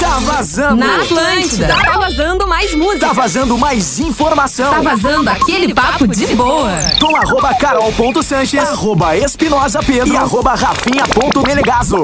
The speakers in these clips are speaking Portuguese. tá vazando. Na Atlântida. Tá vazando mais música. Tá vazando mais informação. Tá vazando aquele papo de boa. Com arroba carol.sanches, arroba espinosa pedro e arroba rafinha.menegaso.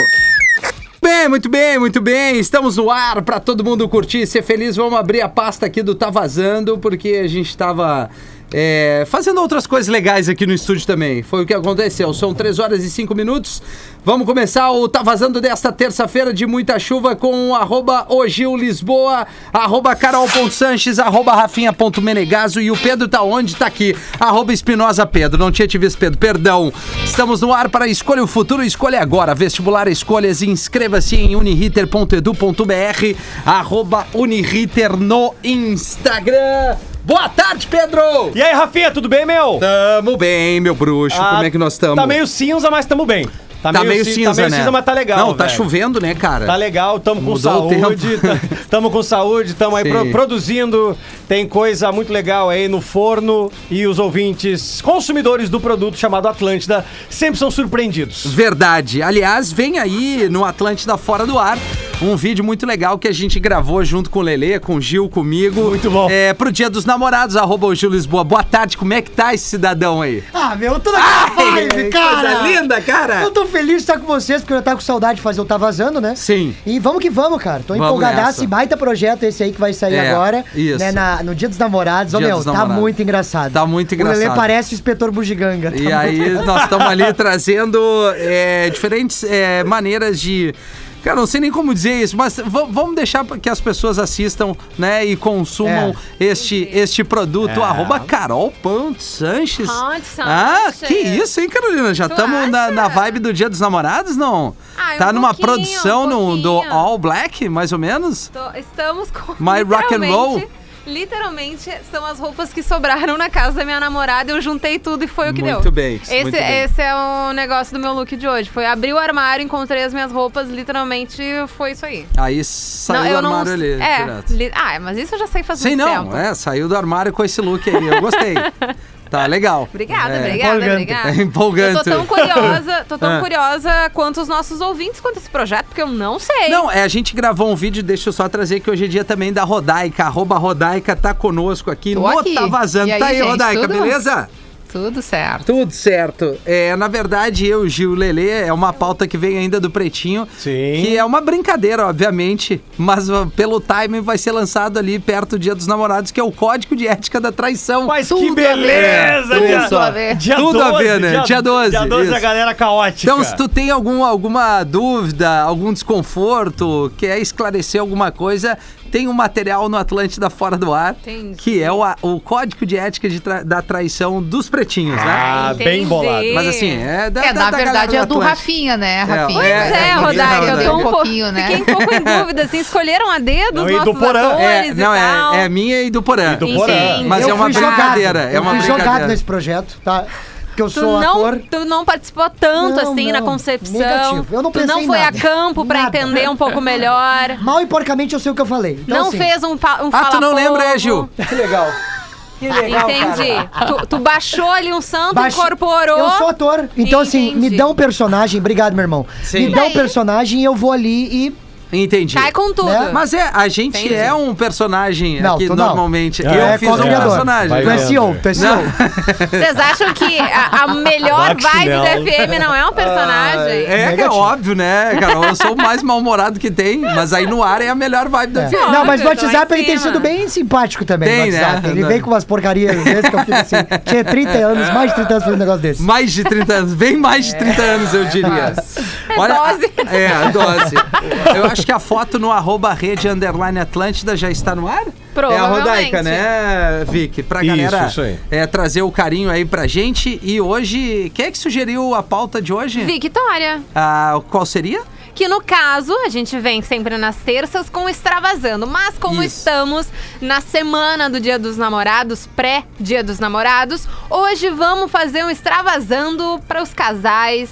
Bem, muito bem, muito bem. Estamos no ar para todo mundo curtir, e ser feliz. Vamos abrir a pasta aqui do Tá Vazando, porque a gente tava é, fazendo outras coisas legais aqui no estúdio também. Foi o que aconteceu. São 3 horas e 5 minutos. Vamos começar o Tá Vazando desta terça-feira de muita chuva com o arroba Ogil Lisboa, arroba carol.sanches, arroba rafinha.menegaso e o Pedro tá onde? Tá aqui, arroba espinosa Pedro. Não tinha te visto, Pedro, perdão. Estamos no ar para Escolha o Futuro, Escolha Agora. Vestibular Escolhas, inscreva-se em uniriter.edu.br, arroba uniriter no Instagram. Boa tarde, Pedro! E aí, Rafinha, tudo bem, meu? Tamo bem, meu bruxo. Tá, Como é que nós estamos? Tá meio cinza, mas tamo bem. Tá meio ci- cinza, tá meio né? cinza, mas tá legal. Não, tá velho. chovendo, né, cara? Tá legal, tamo com Mudou o saúde. tempo. tá- tamo com saúde, tamo aí Sim. pro- produzindo. Tem coisa muito legal aí no forno. E os ouvintes, consumidores do produto chamado Atlântida, sempre são surpreendidos. Verdade. Aliás, vem aí no Atlântida Fora do Ar um vídeo muito legal que a gente gravou junto com o Lelê, com o Gil, comigo. Muito bom. É, pro Dia dos Namorados, arroba o Gil Lisboa. Boa tarde, como é que tá esse cidadão aí? Ah, meu, toda aquela vibe, cara. Coisa linda, cara. Eu tô feliz de estar com vocês, porque eu tava com saudade de fazer o Tá Vazando, né? Sim. E vamos que vamos, cara. Tô Vamos empolgadaço nessa. e baita projeto esse aí que vai sair É, agora. isso. Né, na- no Dia dos Namorados. Ô, Dia meu, dos tá Namorados. muito engraçado. Tá muito engraçado. O Lelê parece o inspetor bugiganga. E Tá muito- aí nós estamos ali trazendo é, diferentes é, maneiras de. Cara, não sei nem como dizer isso, mas va- vamos deixar pra que as pessoas assistam, né, e consumam este, este produto. Arroba Carol Ponto Sanches. Ponto Sanches. Ah, que isso, hein, Carolina? Já Tu estamos na, acha? na vibe do Dia dos Namorados, não? Ah, um tá numa pouquinho, produção um no- do pouquinho. All Black, mais ou menos? Tô- estamos com. My rock and roll. literalmente- Literalmente são as roupas que sobraram na casa da minha namorada. Eu juntei tudo e foi o que Muito deu. bem, esse, muito bem. esse é o negócio do meu look de hoje. Foi abrir o armário, encontrei as minhas roupas, literalmente foi isso aí. Aí saiu eu do armário ali. É, direto. li- ah, mas isso eu já sei fazer Sei não, tempo. é, saiu do armário com esse look aí. Eu gostei. tá legal. Obrigada, É. obrigada, empolgante. obrigada. É empolgante. Eu tô tão curiosa, tô tão Ah. curiosa quanto os nossos ouvintes quanto esse projeto, porque eu não sei. Não, é, a gente gravou um vídeo, deixa eu só trazer que hoje é dia também da Rodaica. Arroba Rodaica tá conosco aqui. Tô no aqui. Tá Vazando. E aí, tá aí, gente, Rodaica, tudo? beleza? Tudo certo. Tudo certo. É, na verdade, eu, Gil Lelê, é uma pauta que vem ainda do Pretinho. Sim. Que é uma brincadeira, obviamente, mas ó, pelo timing vai ser lançado ali perto do Dia dos Namorados, que é o Código de Ética da Traição. Mas Tudo que a beleza, ver. dia- Tudo a ver. Dia Tudo a 12, ver, né? Dia 12, Dia 12 a isso. galera caótica. Então, se tu tem algum, alguma dúvida, algum desconforto, quer esclarecer alguma coisa, tem um material no Atlântida Fora do Ar, Entendi. que é o, a- o Código de Ética de tra- da Traição dos Pretinhos, né? Ah, Entendi. bem bolado. Mas assim, é da, É, da- na da verdade galera é do Atlântida. Rafinha, né, Rafinha? Pois Pois é, É, Rodaica, eu Rodaica. tô um um pouco, pouquinho, né? fiquei um pouco em dúvida, assim, escolheram a dedo Não, os e do nossos Porã. atores É, e não, tal. é, é minha e do Porã. do Enfim, Porã. Mas Eu é uma fui jogado. brincadeira, é uma Eu fui jogado brincadeira. nesse projeto, tá? Porque eu Tu sou ator. não, tu não participou tanto Não, assim na não. concepção. Negativo. Eu não tu pensei não em foi nada. a campo pra Nada. entender um pouco melhor. Mal e porcamente eu sei o que eu falei. Então, não assim, fez um, pa- um Ah, tu não fala-povo. lembra, é, Gil? Que legal. Que legal, Entendi. cara. Tu, tu baixou ali um santo, Baixo- incorporou. Eu sou ator. Então, assim, me Entendi. dá um personagem. Obrigado, meu irmão. Sim. Me dá Aí. um personagem e eu vou ali e. Entendi. Cai com tudo. Né? Mas é, a gente Entendi. é um personagem Não, aqui tu não. normalmente. Tu é eu fiz um co-criador. personagem. Vai Tu é vendo. CEO, tu é CEO. Vocês acham que a, a melhor Boxe vibe não. Ah, do FM não é um personagem? É, que é Negativo. óbvio, né, Carol? Eu sou o mais mal-humorado que tem, mas aí no ar é a melhor vibe do É. filme. Não, mas no Óbvio, tô lá WhatsApp em ele tem cima. sido bem simpático também. Tem, no WhatsApp. né? Ele Não. vem com umas porcarias às vezes que eu fico assim. Tinha 30 anos, mais de 30 anos fazendo um negócio desse. Mais de 30 anos, bem mais de 30 anos, eu diria. É. dose. É, a dose. Eu acho que a foto no arroba rede underline Atlântida já está no ar? É a Provavelmente. Rodaica, né, Vic? Pra Isso, galera isso aí. é, trazer o carinho aí pra gente. E hoje, quem é que sugeriu a pauta de hoje? Victória. Ah, qual seria? Que no caso, a gente vem sempre nas terças com o Extravasando. Mas como Isso. estamos na semana do Dia dos Namorados, pré-Dia dos Namorados, hoje vamos fazer um Extravasando para os casais.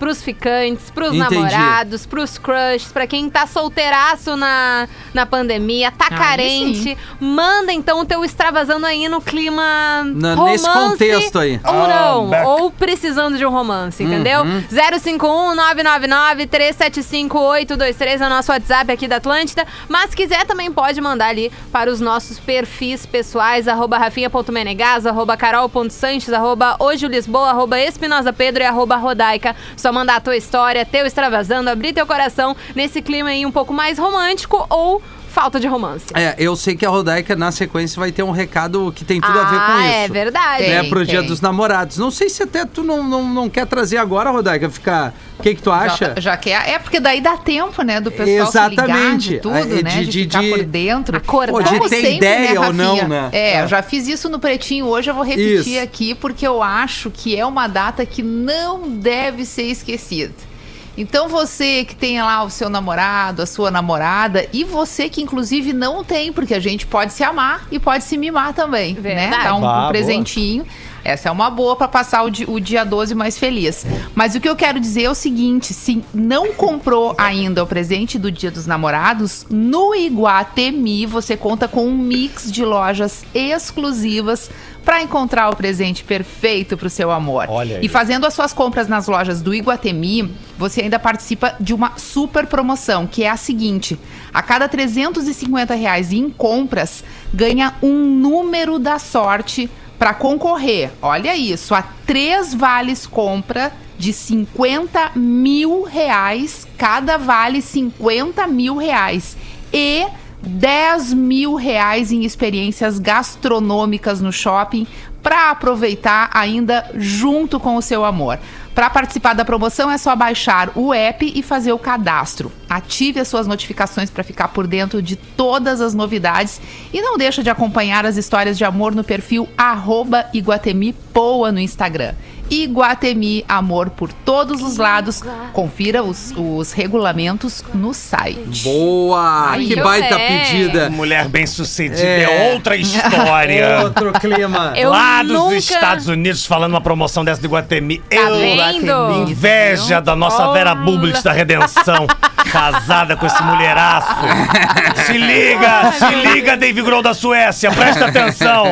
pros ficantes, pros Entendi. namorados, pros crushes, pra quem tá solteiraço na, na pandemia, tá Aí carente. Manda então o teu extravasando aí no clima Na- romance. nesse contexto aí. Ou Ah, não, back. ou precisando de um romance, Uhum. entendeu? 051 999 375 823 é o nosso WhatsApp aqui da Atlântida. Mas quiser também pode mandar ali para os nossos perfis pessoais, arroba rafinha.menegas, arroba carol.sanches, arroba hoje o Lisboa, arroba Espinosa Pedro e arroba Rodaica. Só mandar a tua história, teu extravasando, abrir teu coração nesse clima aí um pouco mais romântico ou falta de romance. É, eu sei que a Rodaica, na sequência, vai ter um recado que tem tudo a ver com ah, isso. é verdade. né, Tem, pro Dia tem. dos Namorados. Não sei se até tu não, não, não quer trazer agora, Rodaica, ficar. O que, que tu acha? Já, já que é, é, porque daí dá tempo, né, do pessoal Exatamente. se ligar de Ah, tudo, né, de- de, de- ficar de- por dentro. Acordar. Como Pô, de ter sempre, ideia né, ou não, Rafinha? né? É, É. eu já fiz isso no Pretinho hoje, eu vou repetir Isso. aqui, porque eu acho que é uma data que não deve ser esquecida. Então você que tem lá o seu namorado, a sua namorada, e você que inclusive não tem, porque a gente pode se amar e pode se mimar também, né? Verdade. Dar um, Ah, boa. um presentinho minutinho. Essa é uma boa para passar o, di- o dia 12 mais feliz. Mas o que eu quero dizer é o seguinte: se não comprou ainda o presente do Dia dos Namorados, no Iguatemi você conta com um mix de lojas exclusivas para encontrar o presente perfeito para o seu amor. Olha aí. E fazendo as suas compras nas lojas do Iguatemi, você ainda participa de uma super promoção, que é a seguinte: a cada 350 reais em compras, ganha um número da sorte para concorrer. Olha isso, a três vales compra de 50 mil reais, cada vale 50 mil reais. E 10 mil reais em experiências gastronômicas no shopping para aproveitar ainda junto com o seu amor. Para participar da promoção é só baixar o app e fazer o cadastro. Ative as suas notificações para ficar por dentro de todas as novidades e não deixa de acompanhar as histórias de amor no perfil arroba Iguatemi Poa no Instagram. Iguatemi Amor por todos os lados. Confira os, os regulamentos no site. Boa! Aí, que eu baita é. pedida! Mulher bem sucedida É. outra história. Outro clima. Eu nunca- Unidos falando uma promoção dessa do Guatemi. Tá vendo? Inveja da nossa Vera Bublis da Redenção, casada com esse mulheraço. Se liga, se liga, Dave Grohl da Suécia, presta atenção.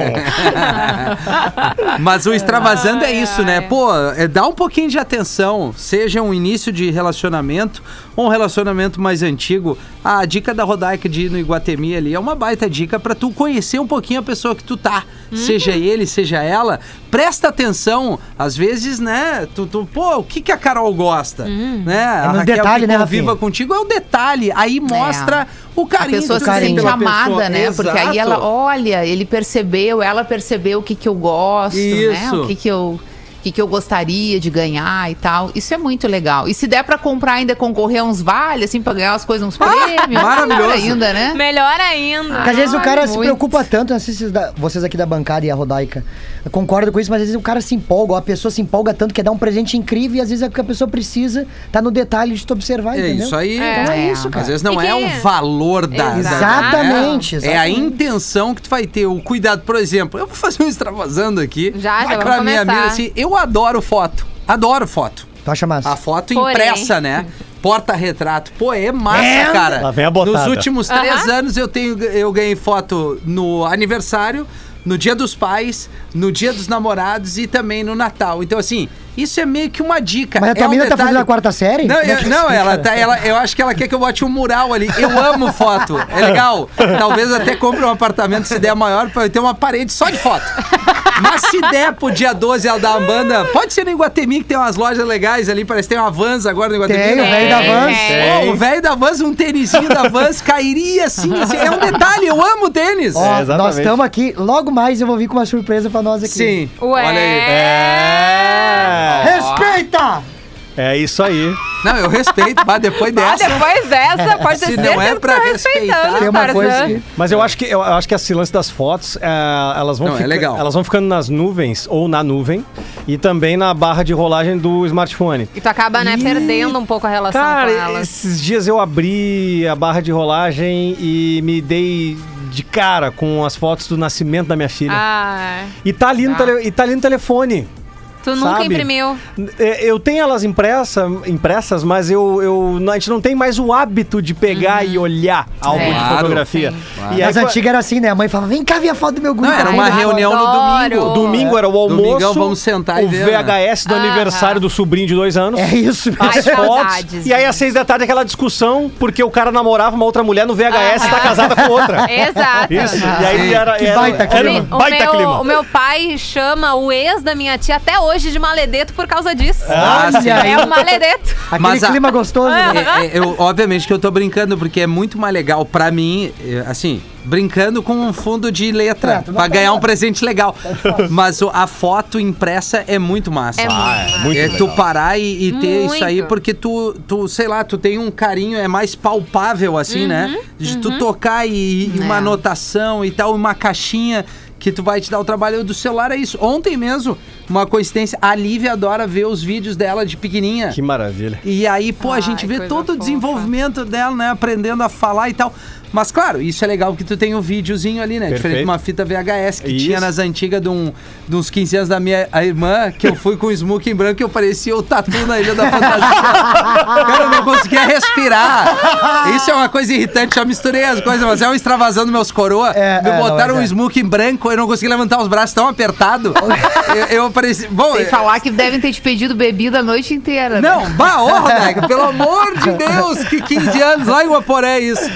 Mas o extravasando é isso, né? Pô, é, dá um pouquinho de atenção, seja um início de relacionamento ou um relacionamento mais antigo. A dica da Rodaica de ir no Iguatemi ali é uma baita dica pra tu conhecer um pouquinho a pessoa que tu tá. Uhum. Seja ele, seja ela. Presta atenção. Às vezes, né? Tu, tu, pô, o que, que a Carol gosta? Uhum. Né? a É no Raquel detalhe, que né, conviva Rafinha? contigo é o detalhe. Aí mostra o É. A carinho pessoa que se tu tem sente pela amada, pessoa. né? Porque aí Exato. ela, olha, ele percebeu, ela percebeu o que, que eu gosto, né? Isso. O que, que eu. O que, que eu gostaria de ganhar e tal. Isso é muito legal. E se der pra comprar ainda, concorrer a uns vales, assim, pra ganhar as coisas, uns prêmios. assim, melhor Ah, maravilhoso. ainda, né? Melhor ainda. É. Ah, Porque às vezes o Ai, cara se muito. preocupa tanto, não sei se da- vocês aqui da bancada e a Rodaica concordam com isso, mas às vezes o cara se empolga, ou a pessoa se empolga tanto, quer dar um presente incrível e às vezes é o que a pessoa precisa, tá no detalhe de tu observar, É entendeu? isso aí. Então é, isso, cara. Às vezes não E é quem o é? valor da. da- Exatamente, né? É a exatamente. intenção que tu vai ter, o cuidado. Por exemplo, eu vou fazer um extravasando aqui. Já, já, Vai vamos Pra minha começar. amiga assim, eu adoro foto. Adoro foto. Tu acha massa? A foto Porém. impressa, né? Porta-retrato. Pô, é massa, É. cara. Lá vem a botada. Nos últimos três anos eu, tenho, eu ganhei foto no aniversário, no dia dos pais, no dia dos namorados e também no Natal. Então, assim, isso é meio que uma dica. Mas a tua é um mina tá detalhe- fazendo a quarta série? Não, Como é eu- que é não isso, ela, cara? tá, ela, eu acho que ela quer que eu bote um mural ali. Eu amo foto, é legal. Talvez até compre um apartamento se der maior pra eu ter uma parede só de foto. Mas se der pro dia 12 ela dá uma banda, pode ser no Iguatemi que tem umas lojas legais ali, parece que tem uma Vans agora no Iguatemi. Tem, o velho da Vans. É. Pô, o velho da Vans, um tênisinho da Vans cairia assim, assim. É um detalhe, eu amo tênis. Ó, exatamente. nós estamos aqui, logo mais eu vou vir com uma surpresa pra nós aqui. Sim, Ué. olha aí. É, Respeita! é isso aí. Não, eu respeito, mas depois Ah, dessa... depois dessa, pode Se ter não é certeza que pra tá respeitar, né? respeitando, Tem uma Tarzan. coisa que... Mas eu acho que eu acho que esse lance das fotos, é, elas vão Não, é fica- legal. elas vão ficando nas nuvens ou na nuvem e também na barra de rolagem do smartphone. E tu acaba, né, Ih, perdendo um pouco a relação Cara, com elas. esses dias eu abri a barra de rolagem e me dei de cara com as fotos do nascimento da minha filha. Ah, E tá ali, no Tá. tele- e tá ali no telefone. Tu nunca sabe? imprimiu. É, Eu tenho elas impressa, impressas, mas eu, eu, não- a gente não tem mais o hábito de pegar e olhar álbum Uhum. É. de Claro. fotografia. Sim. E aí, Mas antiga era assim, né? A mãe falava, vem cá ver a foto do meu guri. Ah. Não, era Aí uma lá- reunião adoro. no domingo. Domingo era o almoço. Domingão, vamos sentar e O ver, né? VHS do Ah, aniversário do sobrinho de dois anos. É isso. As Ai, fotos. saudades, né? E aí, gente. às seis da tarde, aquela discussão, porque o cara namorava uma outra mulher no VHS e tá Aham. casada com outra. Exato. Isso. E aí Sim. era. Que era- baita era um clima. O baita meu, clima. o meu pai chama o ex da minha tia até hoje de maledeto por causa disso. Ah, sim. é o maledeto. Aquele Mas a- clima gostoso. né? É, é, eu, obviamente que eu tô brincando, porque é muito mais legal pra mim, é, assim, brincando com um fundo de letra, tu não pra tá ganhar um presente legal. Mas o- a foto impressa é muito massa. É Ah, muito é tu parar e, e ter isso aí, Muito. porque tu, tu, sei lá, tu tem um carinho, é mais palpável, assim, né? De tu tocar e, e uma Uhum, É. anotação e tal, uma caixinha que tu vai te dar o trabalho do celular, é isso. Ontem mesmo, uma coincidência, a Lívia adora ver os vídeos dela de pequenininha. Que maravilha. E aí, pô, a Ai, gente vê coisa todo o fofa. desenvolvimento dela, né? Aprendendo a falar e tal. Mas, claro, isso é legal que tu tem o videozinho ali, né? Diferente de Perfeito. uma fita VHS que Isso. tinha nas antigas de, um, de uns 15 anos da minha a irmã, que eu fui com o smoking branco e eu parecia o tatu na Ilha da Fantasia. Cara, eu não conseguia respirar. Isso é uma coisa irritante, já misturei as coisas, mas é um extravasando meus coroa. É, Me é, botaram não, um mas é. smoking branco, eu não consegui levantar os braços tão apertado. eu, eu parecia... Bom, Sem eu- falar que devem ter te pedido bebida a noite inteira. né? não, bah, ô, Rodaica, pelo amor de Deus, que 15 anos lá em Guaporé é isso.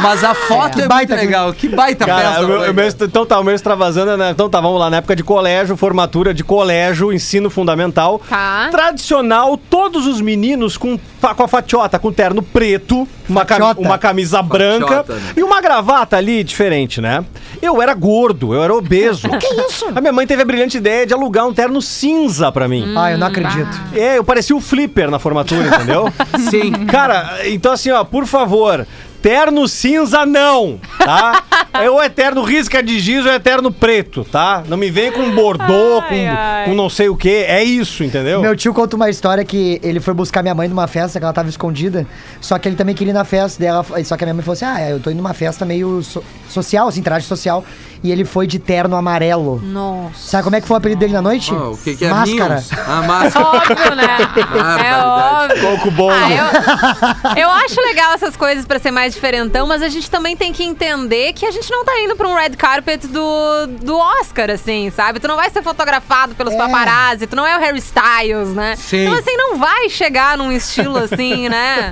Mas a foto é, baita muito legal, que baita Cara, festa. o meu- o Rodaica. meu est- então tá, o meu extravasando, né? Então tá, vamos lá. Na época de colégio, formatura de colégio, ensino fundamental. Tá. Tradicional, todos os meninos com, fa- com a fatiota, com terno preto, uma, cami- Fatiota. uma camisa branca né? e uma gravata ali diferente, né? Eu era gordo, eu era obeso. que isso? A minha mãe teve a brilhante ideia de alugar um terno cinza pra mim. Hum. Ah, eu não acredito. É, eu parecia o Flipper na formatura, entendeu? Sim. Cara, então assim, ó, por favor, terno cinza não, tá? É o eterno risca de giz ou eterno preto, tá? Não me vem com bordô, Ai, com, ai. com não sei o que, é isso, entendeu? Meu tio conta uma história que ele foi buscar minha mãe numa festa que ela tava escondida, só que ele também queria ir na festa dela, só que a minha mãe falou assim: "Ah, eu tô indo numa festa meio so- social, assim, traje social", e ele foi de terno amarelo. Nossa. Sabe como é que foi o apelido dele na noite? Ó, o que, que é Máscara. Minions? A máscara. Óbvio, né? é Barbaridade. óbvio. Coco bom. Ah, eu, eu acho legal essas coisas pra ser mais diferentão, mas a gente também tem que entender que a gente não tá indo pra um red carpet do, do Oscar, assim, sabe? Tu não vai ser fotografado pelos É. paparazzi, tu não é o Harry Styles, né? Sim. Então, assim, não vai chegar num estilo assim, né?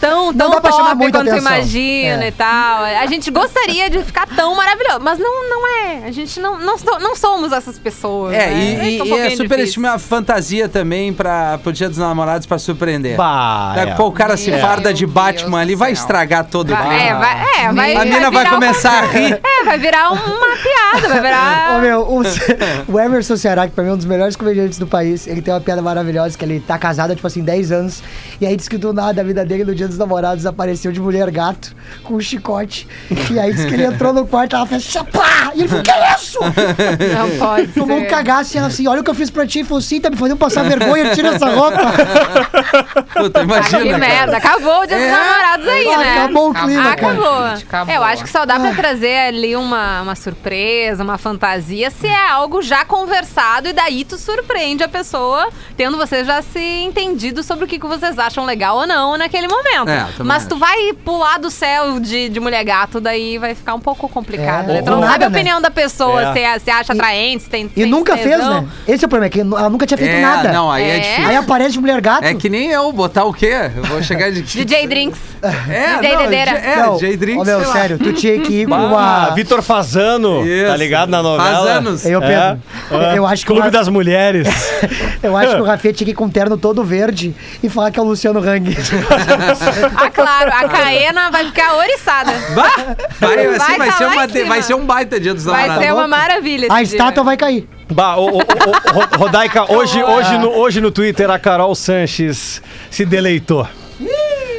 Tão, tão dá pra chamar top muita quanto tu atenção. imagina É. e tal. A gente gostaria de ficar tão maravilhoso, mas não, não é. A gente não, não, so- não somos essas pessoas. É, né? e, e- Fica um e é pouquinho super difícil. a fantasia também pra, pro dia dos namorados pra surpreender. Bah, Daqui a é. pouco o cara se Meu farda de Deus Batman ali, do vai céu. estragar todo mundo. Vai, é, vai, é, vai, A mina vai virar começar a uma- rir. É, vai virar uma piada, vai virar. Ô, meu, o, o Emerson Ceará, que pra mim é um dos melhores comediantes do país, ele tem uma piada maravilhosa, que ele tá casado, tipo assim, 10 anos, e aí diz que do nada a vida dele, no dia dos namorados, apareceu de mulher gato, com um chicote, e aí diz que ele entrou no quarto, ela fez chapá, e ele falou, que é isso? Não pode. Tomou um ser. cagaço e ela assim, olha o que eu fiz pra ti, e falou, sim, tá me fazendo passar vergonha, tira essa roupa. Ah, Puta, que imagina. cara. merda, acabou o dia dos namorados aí, Ah, né? Acabou o clima, cara. Ah. Acabou. gente, acabou. Eu acho que só dá pra trazer ali uma, uma surpresa, uma fantasia, se é algo já conversado e daí tu surpreende a pessoa, tendo você já se entendido sobre o que, que vocês acham legal ou não naquele momento. É, eu também Mas tu vai pular do céu de, de mulher gato, daí vai ficar um pouco complicado. É. né? Tu não Ou sabe a nada, né? opinião da pessoa, É. se, é- se acha atraente, se tem E sente nunca fez, tesão. né? Esse é o problema, é que ela nunca tinha feito É, nada. não, aí é, É. difícil. Aí aparece de mulher gato. É que nem eu, botar o quê? Eu vou chegar de... DJ Drinks. É, DJ não, Dedeira. É, Não, DJ Drinks, Ô, meu, sei lá. sério, tu tinha que ir com Ah, uma... Vitor Fazano, Isso. tá ligado na novela? Faz anos. Eu, Pedro, É, é. eu acho que o Clube Ra- das Mulheres. Eu acho que o Rafinha tinha que ir com um terno todo verde e falar que é o Luciano Hang. Ah, claro, a Caena vai ficar oriçada. Bah, vai, assim, Vai vai, tá ser lá uma em de- cima. vai ser um baita dia dos Vai namorados. ser uma louco? maravilha. esse A dia. estátua vai cair. Bah, ô, ô, ô, ô, Ro- Rodaica, Então hoje, hoje, no, hoje no Twitter a Carol Sanches se deleitou.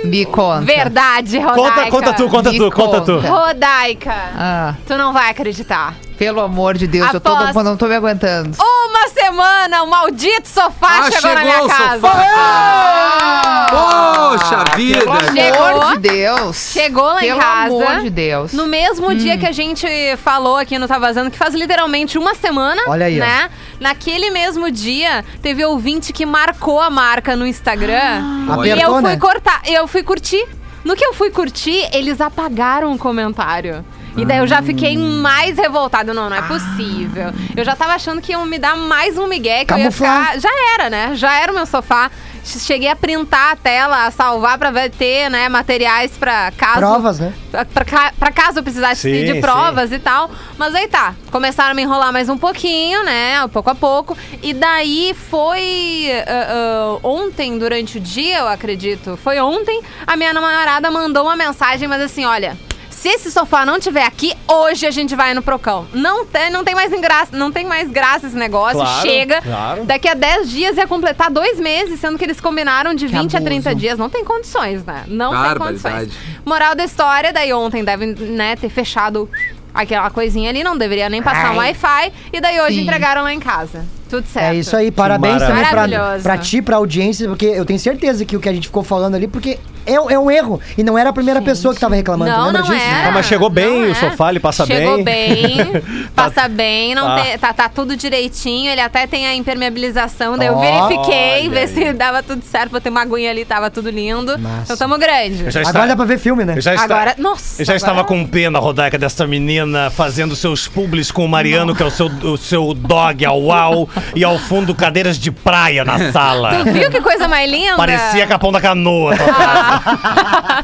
Me conta. Verdade, Rodaica. Conta, conta tu, conta Me tu, conta tu. conta. Rodaica, Ah, tu não vai acreditar. pelo amor de Deus, eu tô, Após- não, não tô me aguentando. Uma semana, o maldito sofá Ah, chegou, na minha chegou o casa. sofá. Ô, Poxa vida. Pelo amor de Deus. Chegou lá em Pelo casa. Pelo amor de Deus. No mesmo dia que a gente falou aqui no Tá Vazando, que faz literalmente uma semana. Olha aí, ó. Né? Naquele mesmo dia, teve ouvinte que marcou a marca no Instagram. e apertou, eu fui né? cortar, eu fui curtir. No que eu fui curtir, eles apagaram o comentário. E daí eu já Ah. fiquei mais revoltada. Não, não é possível. Eu já tava achando que iam me dar mais um migué, que eu ia Camuflar. ficar já era, né? Já era o meu sofá. Cheguei a printar a tela, a salvar pra ver- ter, né, materiais pra caso. Provas, né? Pra- Pra, ca- pra caso eu precisasse Sim, de sim. provas e tal. Mas aí tá, começaram a me enrolar mais um pouquinho, né? Pouco a pouco. E daí foi ah, ah, ontem, durante o dia, eu acredito. Foi ontem, a minha namorada mandou uma mensagem, mas assim, olha. Se esse sofá não tiver aqui, hoje a gente vai no Procão. Não tem, não tem mais graça, não tem mais graça esse negócio. Claro, Chega. claro. Daqui a 10 dias ia completar dois meses, sendo que eles combinaram de 20 a abuso. 30 dias. Não tem condições, né? Não tem Barbaridade. condições. Moral da história, daí ontem devem né, ter fechado aquela coisinha ali, não deveria nem passar o Wi-Fi. E daí hoje Sim. entregaram lá em casa. Tudo certo. É isso aí, parabéns também maravilha. pra, Maravilhoso. pra ti, pra audiência, porque eu tenho certeza que o que a gente ficou falando ali, porque é, é um erro. E não era a primeira pessoa que tava reclamando, tu Não, lembra não é. disso? era. Ah, mas chegou bem não o sofá, ele passa chegou bem. Chegou bem, passa bem, não Tá. tem- tá, tá tudo direitinho. Ele até tem a impermeabilização, daí eu Ó, verifiquei, olha ver aí. se dava tudo certo. Botei uma aguinha ali, tava tudo lindo. Massa. Então tamo grande. Eu já Agora estava- dá pra ver filme, né? eu já estava- Agora, nossa. Eu já estava agora- com pena, Rodaica, dessa menina fazendo seus publis com o Mariano, que é o seu, o seu dog ao au, e ao fundo cadeiras de praia na sala. Tu viu que coisa mais linda? Parecia Capão da Canoa. Tá?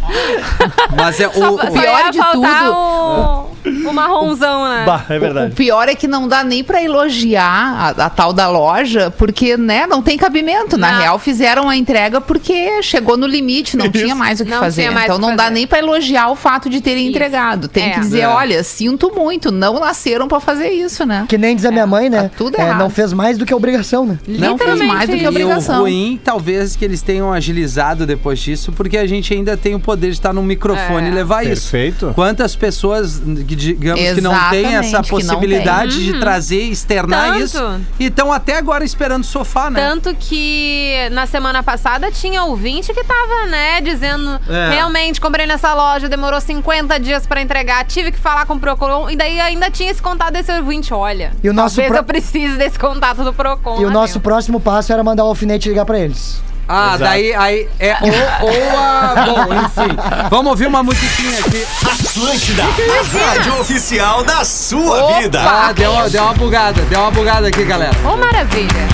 Mas é o. Só, o- só pior ia de faltar tudo- O, o marronzão, né? Bah, é O verdade. pior é que não dá nem pra elogiar a, a tal da loja, porque, né, não tem cabimento. Na Não. real, fizeram a entrega porque chegou no limite, não tinha mais o que Não fazer. tinha mais Então o que não dá fazer. nem pra elogiar o fato de terem Isso. entregado. Tem É. que dizer, É. olha, sinto muito, não nasceram pra fazer isso, né? Que nem diz a minha mãe, né? tá tudo É, errado. não fez mais do que obrigação, né? Não fez Literalmente mais do que isso. obrigação. E o ruim, talvez, que eles tenham agilizado depois disso, porque a gente ainda tem o poder de estar num microfone É. e levar isso. Perfeito. Quantas pessoas, que digamos, que não têm Exatamente, essa que não possibilidade de trazer, externar Uhum. Tanto. isso, e estão até agora esperando sofá, né? Tanto que na semana passada tinha ouvinte que tava, né, dizendo É. realmente comprei nessa loja, demorou 50 dias pra entregar, tive que falar com o Procon e daí ainda tinha esse contato desse ouvinte, olha. E o nosso talvez pro- eu precise desse contato do Procon. né, E o lá nosso dentro. próximo passo era mandar o alfinete ligar pra eles. Ah, daí aí é ou, ou a. Bom, enfim. Vamos ouvir uma musiquinha aqui. Atlântida, a rádio oficial da sua vida. Ah, deu, uma- deu uma bugada, deu uma bugada aqui, galera. Ô, maravilha.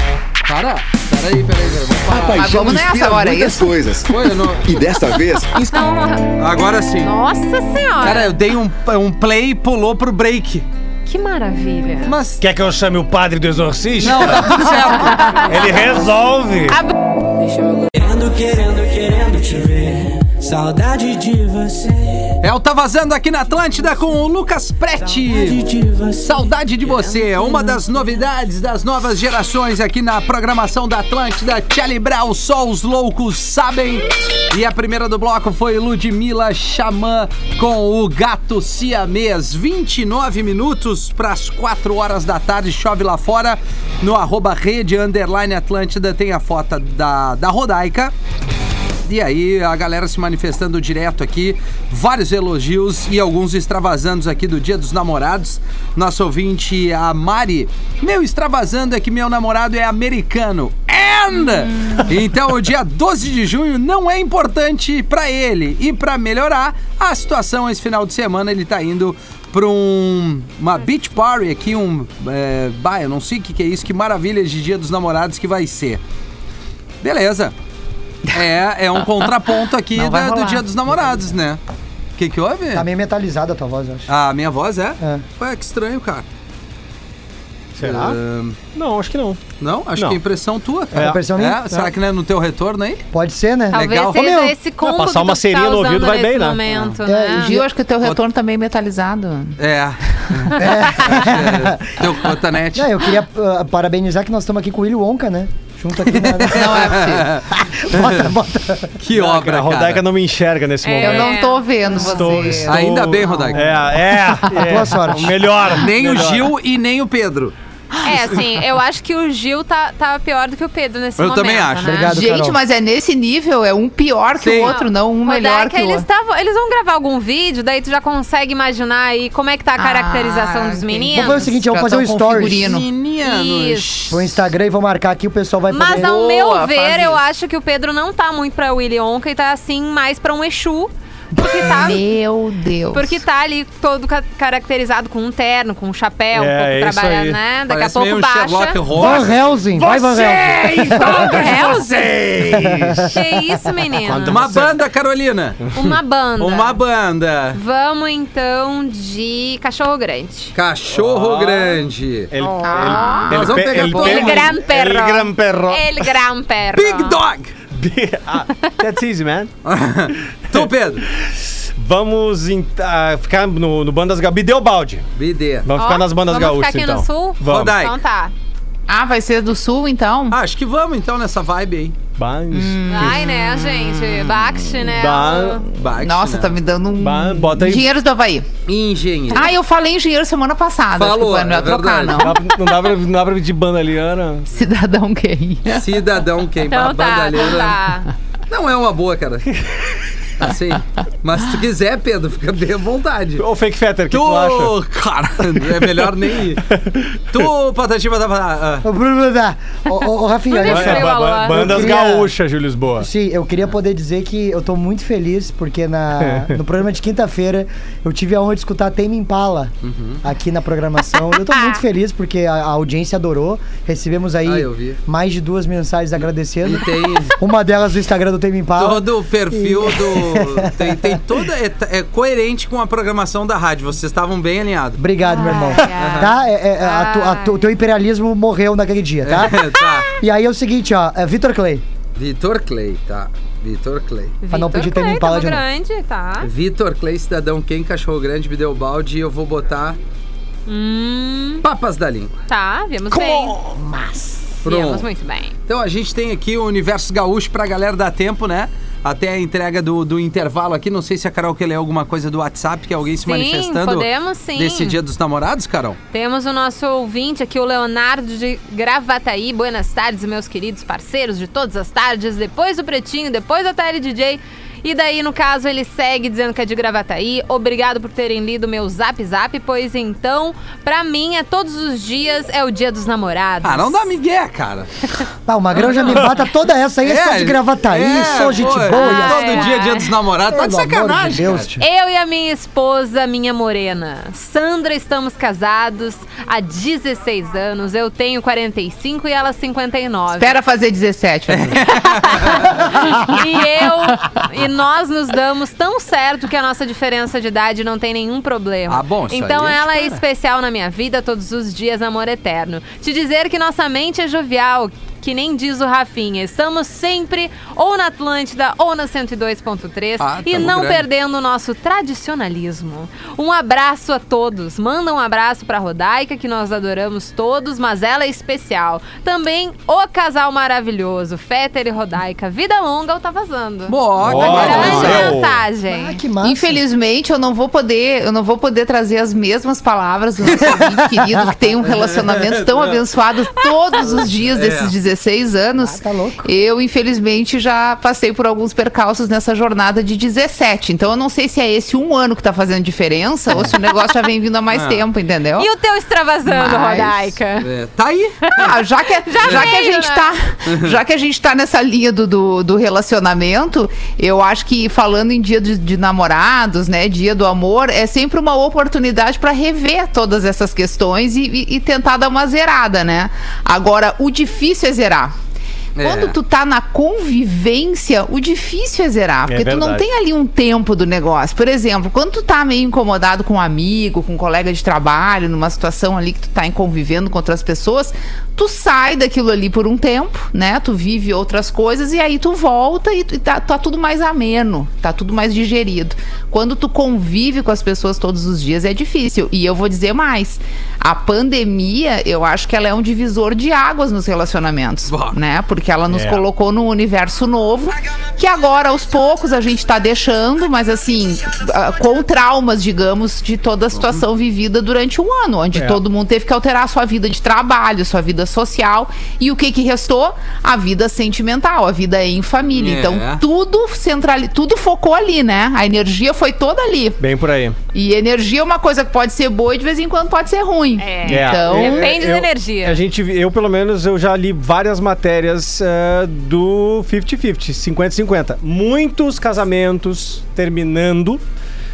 Para, peraí, peraí, peraí. Vamos A parar. paixão vamos nessa inspira agora, é muitas isso? coisas. Foi, eu não- E desta vez, inspira Agora sim. Nossa senhora. Cara, eu dei um, um play e pulou pro break. Que maravilha. Mas. Quer que eu chame o padre do exorcista? Não, tá tudo certo. Ele resolve. Querendo, querendo, querendo te ver. Saudade de você. É o Tá Vazando aqui na Atlântida com o Lucas Saudade Preti. de você. Saudade de você, é uma das novidades das novas gerações aqui na programação da Atlântida. Tchali Brau, só os loucos sabem. E a primeira do bloco foi Ludmilla Xamã com o Gato Siamês. 29 minutos para as 4 horas da tarde, chove lá fora. No arroba rede underline Atlântida tem a foto da, da Rodaica. E aí, a galera se manifestando direto aqui, vários elogios e alguns extravasandos aqui do Dia dos Namorados. Nosso ouvinte, a Mari. Meu extravasando é que meu namorado é americano. And! Então, o dia 12 de junho não é importante pra ele. E pra melhorar a situação, esse final de semana ele tá indo pra um, uma beach party aqui, um. É, bah, eu não sei o que, que é isso, que maravilha de Dia dos Namorados que vai ser. Beleza. É, é um contraponto aqui Não vai da- do rolar. Dia dos Namorados, né? O que, que houve? Tá meio metalizada a tua voz, eu acho. A minha voz é? É. Ué, que estranho, cara. Será? Ahn, Não, acho que não. não, acho Não. que é impressão tua, É cara. impressão minha? Será que não é no teu retorno aí? Pode ser, né? Talvez legal. seja Ô, meu, esse combo passar que tu uma serinha tá no ouvido usando vai bem, nesse né? momento, É, né? Gil, acho que o teu retorno tá meio metalizado. É. é. Teu cotonete. Não, eu queria ah, parabenizar que nós estamos aqui com o Willy Wonka, né? Junto aqui na... Não é possível. bota, bota. Que Não, obra, cara, a Rodaica cara. não me enxerga nesse É. Eu momento. não tô vendo Estou- você. estou- Ainda bem, Rodaica. É, é. é. Boa sorte. Melhor. Nem o melhor. Gil e nem o Pedro. É, assim, eu acho que o Gil tá, tá pior do que o Pedro nesse Eu momento. também acho. né? Obrigado, Gente, Carol. mas é nesse nível, é um pior que Sim. o outro, não um melhor Rodaica, que o eles, outro. tavam, eles vão gravar algum vídeo, daí tu já consegue imaginar aí como é que tá a caracterização dos Ah, entendi. meninos. Vamos fazer o seguinte, vamos Já fazer um tão com story figurino. Isso. pro Instagram e vou marcar aqui, o pessoal vai Mas poder... ao meu Boa, ver, faz eu isso. acho que o Pedro não tá muito pra Willy Onca e tá assim mais pra um Exu. Porque tá, Meu Deus. porque tá ali todo ca- caracterizado com um terno, com um chapéu, É, um é pouco isso trabalhado, aí. né? Daqui Parece a meio pouco um Sherlock baixa. Van Holmes. Helsing, vai Van Helsing. Vocês, todos vocês! é, Que isso, menino? Uma banda, Carolina. Uma banda. Uma banda. Vamos então de Cachorro Grande. Cachorro grande. Ele, Ah. ele, Nós vamos ele, pegar ele, todo ele, Oh. El mundo. Gran Perro. Eh. El Gran Perro. El Gran Perro. Big Dog. Ah, That's easy, man. tu, Pedro. Vamos em- ah, ficar no, no Bandas Gaúchas. Bideu balde. BD. Vamos Ó, ficar nas Bandas vamos ficar Gaúchas, aqui no então. sul? Vamos. Rodaica. Então tá. Ah, vai ser do sul, então? Ah, acho que vamos então nessa vibe aí. Ban- Ai, né, gente? Bakshi, né? Ba- Bate, Nossa, né? tá me dando um... Ba- Bota aí. Dinheiros do Havaí. Engenheiro. Ah, eu falei engenheiro semana passada. Falou, desculpa, não ia é trocar, verdade. não. Não dá pra- Não dá pra, não dá pra pedir banda Liana. Cidadão gay. Cidadão é quem Então tá, então tá. Não é uma boa, cara. Assim. Mas se tu quiser, Pedro, fica bem à vontade. Ô, Fake Fetter, o que tu acha? Tu, cara, é melhor nem ir. Tu, Patativa, tá, ah, tava. Ô, Bruno, Bruno, Bruno, ô, ô, ô, Rafinha, Bruno, olha só. Bruno. ba- ba- Eu bandas queria- gaúchas, Júlio Lisboa. Sim, eu queria poder dizer que eu tô muito feliz porque na, É. no programa de quinta-feira eu tive a honra de escutar Tame Impala Uhum. aqui na programação. Eu tô muito feliz porque a, a audiência adorou. Recebemos aí Ah, eu vi. mais de duas mensagens agradecendo. E tem Uma delas do Instagram do Tame Impala. Ah. todo o perfil do. Tem, tem toda. É, é coerente com a programação da rádio. Vocês estavam bem alinhados. Obrigado, meu irmão. ai. Tá? É- é- a tu- a tu- o teu imperialismo morreu naquele dia, tá? É, tá. E aí é o seguinte, ó. É Vitor Clay. Vitor Clay, tá. Vitor Clay. Pra não Vitor pedir Tame Clay, Impala Campo de novo. grande, tá? Vitor Clay, cidadão quem, cachorro grande, me deu balde e eu vou botar Hum, papas da língua. tá, viemos bem. Viemos Pronto. muito bem. Então a gente tem aqui o Universo Gaúcho pra galera dar tempo, né? Até a entrega do, do intervalo aqui. Não sei se a Carol quer ler alguma coisa do WhatsApp, que é alguém se Sim, manifestando podemos sim. desse dia dos namorados, Carol. Temos o nosso ouvinte aqui, o Leonardo de Gravataí. Buenas tardes, meus queridos parceiros de todas as tardes. Depois do Pretinho, depois da Tarde DJ. E daí, no caso, ele segue dizendo que é de Gravataí. Obrigado por terem lido meu Zap Zap, pois então, pra mim, é todos os dias, é o dia dos namorados. Ah, não dá migué, cara. Ah, o Magrão já me bata toda essa aí. É, só de gravataí, é, sou gente pô, boa. e assim. Ah, Todo é. dia é dia dos namorados. Tá de Pelo amor de sacanagem. Deus, cara. tio. Eu e a minha esposa, minha morena, Sandra, estamos casados há 16 anos. Eu tenho 45 e ela 59. Espera fazer 17. Pedro. E eu e nós nos damos tão certo que a nossa diferença de idade não tem nenhum problema. Ah, bom, isso Então aí é ela é especial na minha vida todos os dias, amor eterno. Te dizer que nossa mente é jovial. Que nem diz o Rafinha, estamos sempre ou na Atlântida ou na 102.3 Ah, e tamo não grande. perdendo o nosso tradicionalismo. Um abraço a todos. Manda um abraço pra Rodaica, que nós adoramos todos, mas ela é especial. Também o casal maravilhoso, Fetter e Rodaica. Vida longa, eu tá vazando. Boa, tá Boa, cara. Grande valeu. Ah, mensagem. que massa. Infelizmente, eu não vou poder, eu não vou poder trazer as mesmas palavras do nosso ouvinte querido, que tem um relacionamento tão É. abençoado todos os dias desses 16 anos. Ah, tá louco. Eu, infelizmente, já passei por alguns percalços nessa jornada de 17. Então eu não sei se é esse um ano que tá fazendo diferença ou se o negócio já vem vindo há Ah. mais tempo, entendeu? E o teu extravasando, Mas- Rodaica? É, tá aí. Ah, já que, já, que a veio, gente né? tá, já que a gente tá nessa linha do, do, do relacionamento, eu acho que falando em dia de, de namorados, né, dia do amor, é sempre uma oportunidade para rever todas essas questões e, e- e tentar dar uma zerada, né? Agora, o difícil é zerar. É. Quando tu tá na convivência, o difícil é zerar, porque tu não verdade. tem ali um tempo do negócio. Por exemplo, quando tu tá meio incomodado com um amigo, com um colega de trabalho, numa situação ali que tu tá em convivendo com outras pessoas, tu sai daquilo ali por um tempo, né? Tu vive outras coisas e aí tu volta e, tu- e tá, tá tudo mais ameno, tá tudo mais digerido. Quando tu convive com as pessoas todos os dias é difícil. E eu vou dizer mais, a pandemia, eu acho que ela é um divisor de águas nos relacionamentos, Bah. né? Porque ela nos É. colocou num universo novo que agora aos poucos a gente tá deixando, mas assim, ah, com traumas, digamos, de toda a situação vivida durante um ano, onde todo mundo teve que alterar a sua vida de trabalho, sua vida social e o que que restou? A vida sentimental, a vida em família. É. Então, tudo central, tudo focou ali, né? A energia foi toda ali. Bem por aí. E energia é uma coisa que pode ser boa e de vez em quando pode ser ruim. É. Então, Depende da eu- energia. A gente, eu, pelo menos, eu já li várias matérias eh, do 50-50, 50-50. Muitos casamentos terminando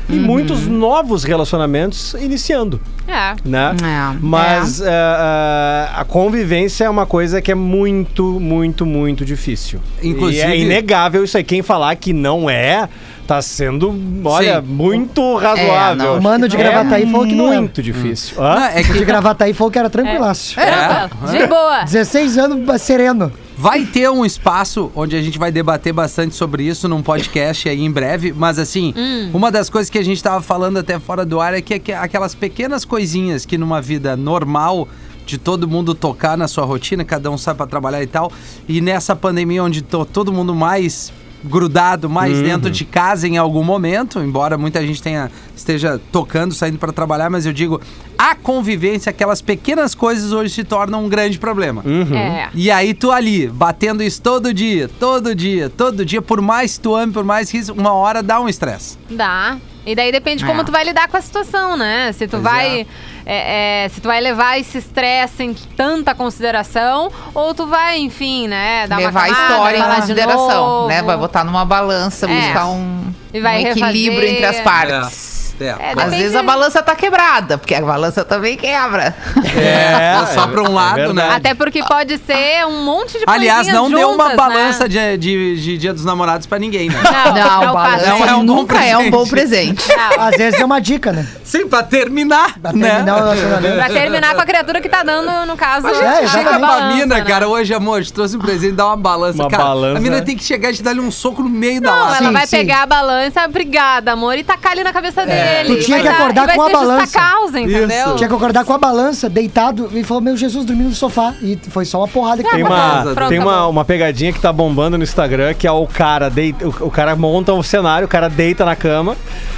e muitos novos relacionamentos iniciando, É. né? É, Mas eh, eh, a convivência é uma coisa que é muito, muito, muito difícil. Inclusive- E é inegável isso aí. Quem falar que não é, tá sendo, olha, Sim. muito razoável. não, Acho o mano que de Gravataí é falou que não era. Muito difícil. Hã? Não, é que De gravata aí falou que era tranquilaço. É. De boa. É. 16 anos sereno. Vai ter um espaço onde a gente vai debater bastante sobre isso num podcast aí em breve, mas assim, uma das coisas que a gente tava falando até fora do ar é que aqu- aquelas pequenas coisinhas que numa vida normal de todo mundo tocar na sua rotina, cada um sai pra trabalhar e tal, e nessa pandemia onde tô todo mundo mais grudado, mais dentro de casa em algum momento, embora muita gente tenha esteja tocando, saindo pra trabalhar, mas eu digo, a convivência, aquelas pequenas coisas hoje se tornam um grande problema. É. E aí tu ali, batendo isso todo dia, todo dia, todo dia, por mais que tu ame, por mais que isso, uma hora dá um estresse. Dá. E daí depende de como É. tu vai lidar com a situação, né? Se tu Pois vai. é, é, se tu vai levar esse estresse em tanta consideração, ou tu vai, enfim, né, dar levar uma a camada, história falar em de consideração, novo. né? Vai botar numa balança, É. buscar um, E vai um equilíbrio refazer. entre as partes. É, É, Às depende- vezes a balança tá quebrada, porque a balança também quebra. É, só pra um lado, né? Até porque pode ser um monte de Aliás, coisinhas não deu uma juntas, balança né? de, de- de Dia dos Namorados pra ninguém, né? Não, Não, não, balança faz. Não é um bom nunca é um bom presente. Não. Às vezes é uma dica, né? Sim, pra terminar, Pra né? terminar o relacionamento. Pra terminar com a criatura que tá dando, no caso, Mas, gente, a- é, Chega a pra balança, tá mina, né? cara, hoje, amor, te trouxe um presente, dá uma balança. Uma cara, balança. a mina tem que chegar e te dar um soco no meio da Não, lata. ela Sim, vai sim. pegar a balança, obrigada, amor, e tacar ali na cabeça dele. Tu tinha Vai que dar- acordar e vai com a ser justa balança. causa, entendeu? Tinha que acordar com a balança, deitado, e falou: Meu Jesus, dormindo no sofá. E foi só uma porrada que Tem tomou. uma, Pronto, tem tá uma, bom. uma pegadinha que tá bombando no Instagram, que é o cara deita, o, o cara monta um cenário, o cara deita na cama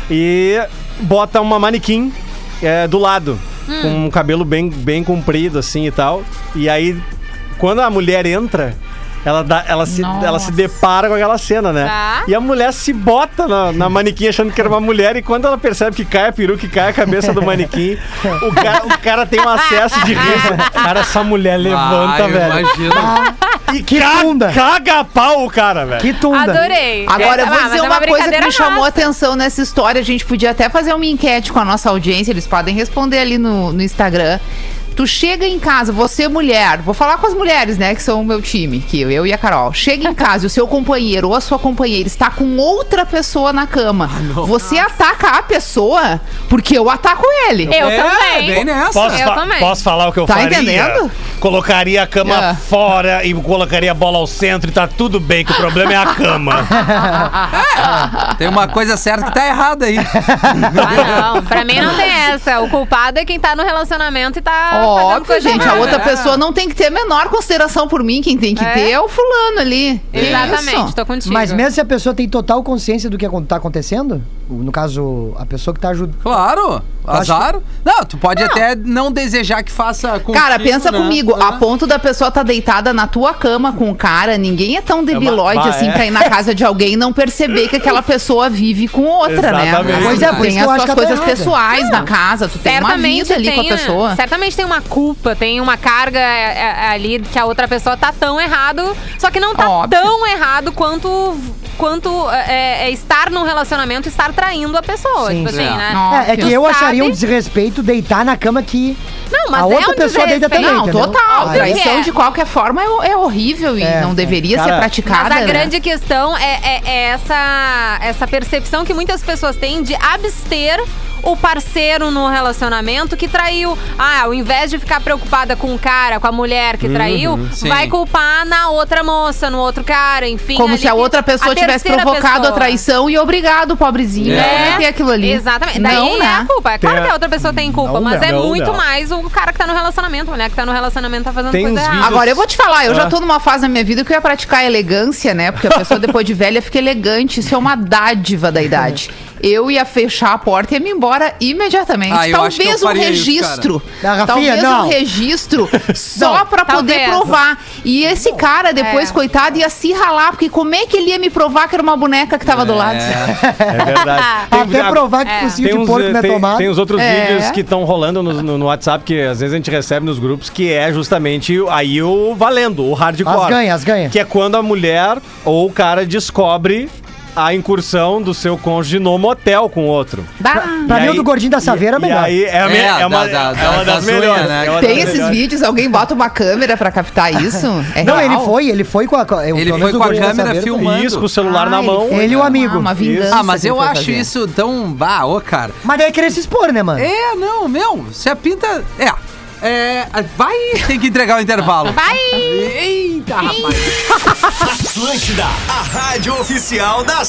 e bota uma manequim é, do lado, com um cabelo bem, bem comprido assim e tal. E aí, quando a mulher entra, ela, dá, ela, se, ela se Nossa. depara com aquela cena, né? Tá. E a mulher se bota na, na manequim achando que era uma mulher, e quando ela percebe que cai a peruca e cai a cabeça do manequim, o cara, o cara tem um acesso de riso. Ah, Cara, essa mulher levanta, Ai, Ah, eu velho. Imagina. E Que ca- bunda. caga a pau o cara, velho. Que tunda. Adorei. Agora, eu vou Essa- ah, mas dizer é uma, coisa que brincadeira me chamou a massa. atenção nessa história. A gente podia até fazer uma enquete com a nossa audiência, eles podem responder ali no, no Instagram. Tu chega em casa, você mulher, vou falar com as mulheres, né, que são o meu time, que eu, eu e a Carol. Chega em casa e o seu companheiro ou a sua companheira está com outra pessoa na cama. você ataca a pessoa porque eu ataco ele. Eu É, também. bem nessa. Posso, Eu fa- também. posso falar o que eu Tá faria? entendendo? Colocaria a cama Ah. fora e colocaria a bola ao centro e tá tudo bem, que o problema é a cama. Tem uma coisa certa que tá errada aí. Ah, não. Pra mim não tem essa. O culpado é quem tá no relacionamento e tá fazendo Óbvio, coisa gente, a errada. outra pessoa não tem que ter a menor consideração por mim. Quem tem que É. ter é o fulano ali. Que Exatamente, isso? tô contigo. Mas mesmo se a pessoa tem total consciência do que acon- tá acontecendo, o- no caso, a pessoa que tá ajudando. Claro, acho azar. Não, tu pode até não desejar que faça né? Ah. com Cara, pensa comigo, a ponto da pessoa tá deitada na tua cama com o cara, ninguém é tão debilóide bah, assim é. pra ir na casa de alguém e não perceber que aquela pessoa vive com outra, né? Exatamente. Pois é, por tem isso que eu as suas acho que ela tá coisas errada. pessoais na casa, tu assim, tem uma vida ali com a pessoa. né? certamente tem uma culpa, tem uma carga é, é, ali que a outra pessoa tá tão errado, só que não tá Óbvio. tão errado quanto quanto é, é, estar num relacionamento, estar traindo a pessoa, Sim. tipo assim, É. né? É, é Óbvio. que eu sabe? acharia um desrespeito deitar na cama que Não, mas a é outra um pessoa deita desrespeito. também. Não, entendeu? total. Óbvio Aí- que Traição é. de qualquer forma é, é horrível e É, não é. deveria Cara, ser praticada. Mas a né? grande questão é, é- é essa, essa percepção que muitas pessoas têm de abster o parceiro no relacionamento que traiu. Ah, ao invés de ficar preocupada com o cara, com a mulher Uhum, que traiu, sim. vai culpar na outra moça, no outro cara, enfim. Como ali se a que- outra pessoa a tivesse terceira provocado pessoa. a traição e obrigado o pobrezinho É. a ter aquilo ali. Exatamente. Daí Não, é a né? culpa. É claro Tem a- que a outra pessoa tem culpa, Não, mas é não, muito não. mais o cara que tá no relacionamento, a mulher que tá no relacionamento tá fazendo Tem coisa uns errada. vídeos- Agora, eu vou te falar, eu Ah. já tô numa fase na minha vida que eu ia praticar elegância, né? Porque a pessoa depois de velha fica elegante. Isso é uma dádiva da idade. Eu ia fechar a porta e ia me embora imediatamente. Ah, eu acho que eu Talvez um faria isso, registro. cara. Ah, Rafinha, talvez não. um registro só pra poder Talvez. provar. E esse cara depois, É. coitado, ia se ralar, porque como é que ele ia me provar que era uma boneca que tava do lado? É verdade. Tem- Ah. Até a- provar que focinho de porco não é tem, tomado. tem os outros É. vídeos que estão rolando no, no- no WhatsApp, que às vezes a gente recebe nos grupos, que é justamente o- aí o valendo, o hardcore. As ganha, as ganha. Que é quando a mulher ou o cara descobre a incursão do seu cônjuge no motel com o outro. Bah. Pra E mim, o aí- do gordinho da e Saveira é melhor. aí é, a me- É, é da- uma, da- é uma da- das da zoeira, melhores. né? é uma Tem das esses melhores. vídeos? Alguém bota uma câmera pra captar isso? É Não, real? ele foi, ele foi com a. co- eu, Ele pelo foi menos o com a gordinho da câmera Saveira foi. filmando. Isso, com o celular Ah, na ele mão. foi Ele e o uma- amigo. Uma vingança. Ah, mas que eu ele foi acho fazer. isso tão. Bah, ô, cara. Mas daí querer se expor, né, mano? É, não, meu, se a pinta. É. É. Vai, tem que entregar o intervalo. Vai! Eita, rapaz. Atlântida, a rádio oficial da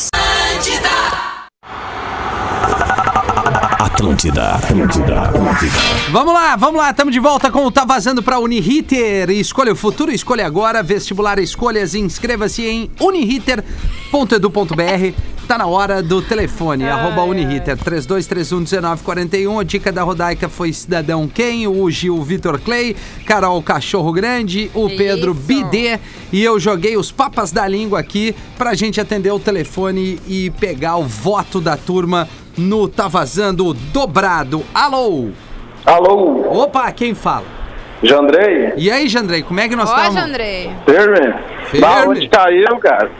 Atlântida. Atlântida, Atlântida. Vamos lá, vamos lá, estamos de volta com o Tá Vazando para Uniriter. Escolha o futuro, escolha agora. Vestibular Escolhas, inscreva-se em uniriter.edu.br. Tá na hora do telefone, arroba Uniriter, 32311941. A dica da Rodaica foi Cidadão Quem, o Gil Vitor Clay, Carol Cachorro Grande, o Pedro Isso. Bidê. E eu joguei os papas da língua aqui pra gente atender o telefone e pegar o voto da turma no Tá Vazando dobrado. Alô! Alô, Opa, quem fala? Jandrei? E aí, Jandrei, como é que nós Hoje, estamos? Andrei. Firme? Firme. Da onde tá? caiu, cara?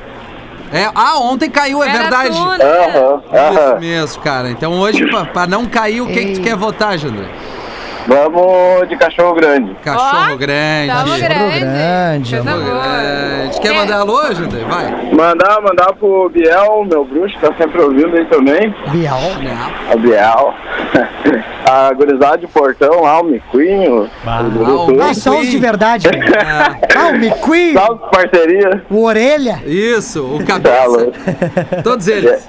É, ah, ontem caiu, é Era verdade? tu, né? Aham, Isso aham. mesmo, cara. Então hoje, pra, pra não cair, o que, que tu quer votar, Jandrei? Vamos de cachorro grande. Cachorro Ó, grande. Tamo grande. grande, Coisa amor. boa. grande. Quer mandar alô, Jandrei? Vai. Mandar, mandar pro Biel, meu bruxo, tá sempre ouvindo aí também. Bial. Não. A Biel. a gurizada de portão lá, o Miquinho. o Bah, ah, o Dudu. Nós somos de verdade. Ah, o Miqui, Salve, parceria. o Orelha. Isso, o Tá cabeça. louco. Todos eles.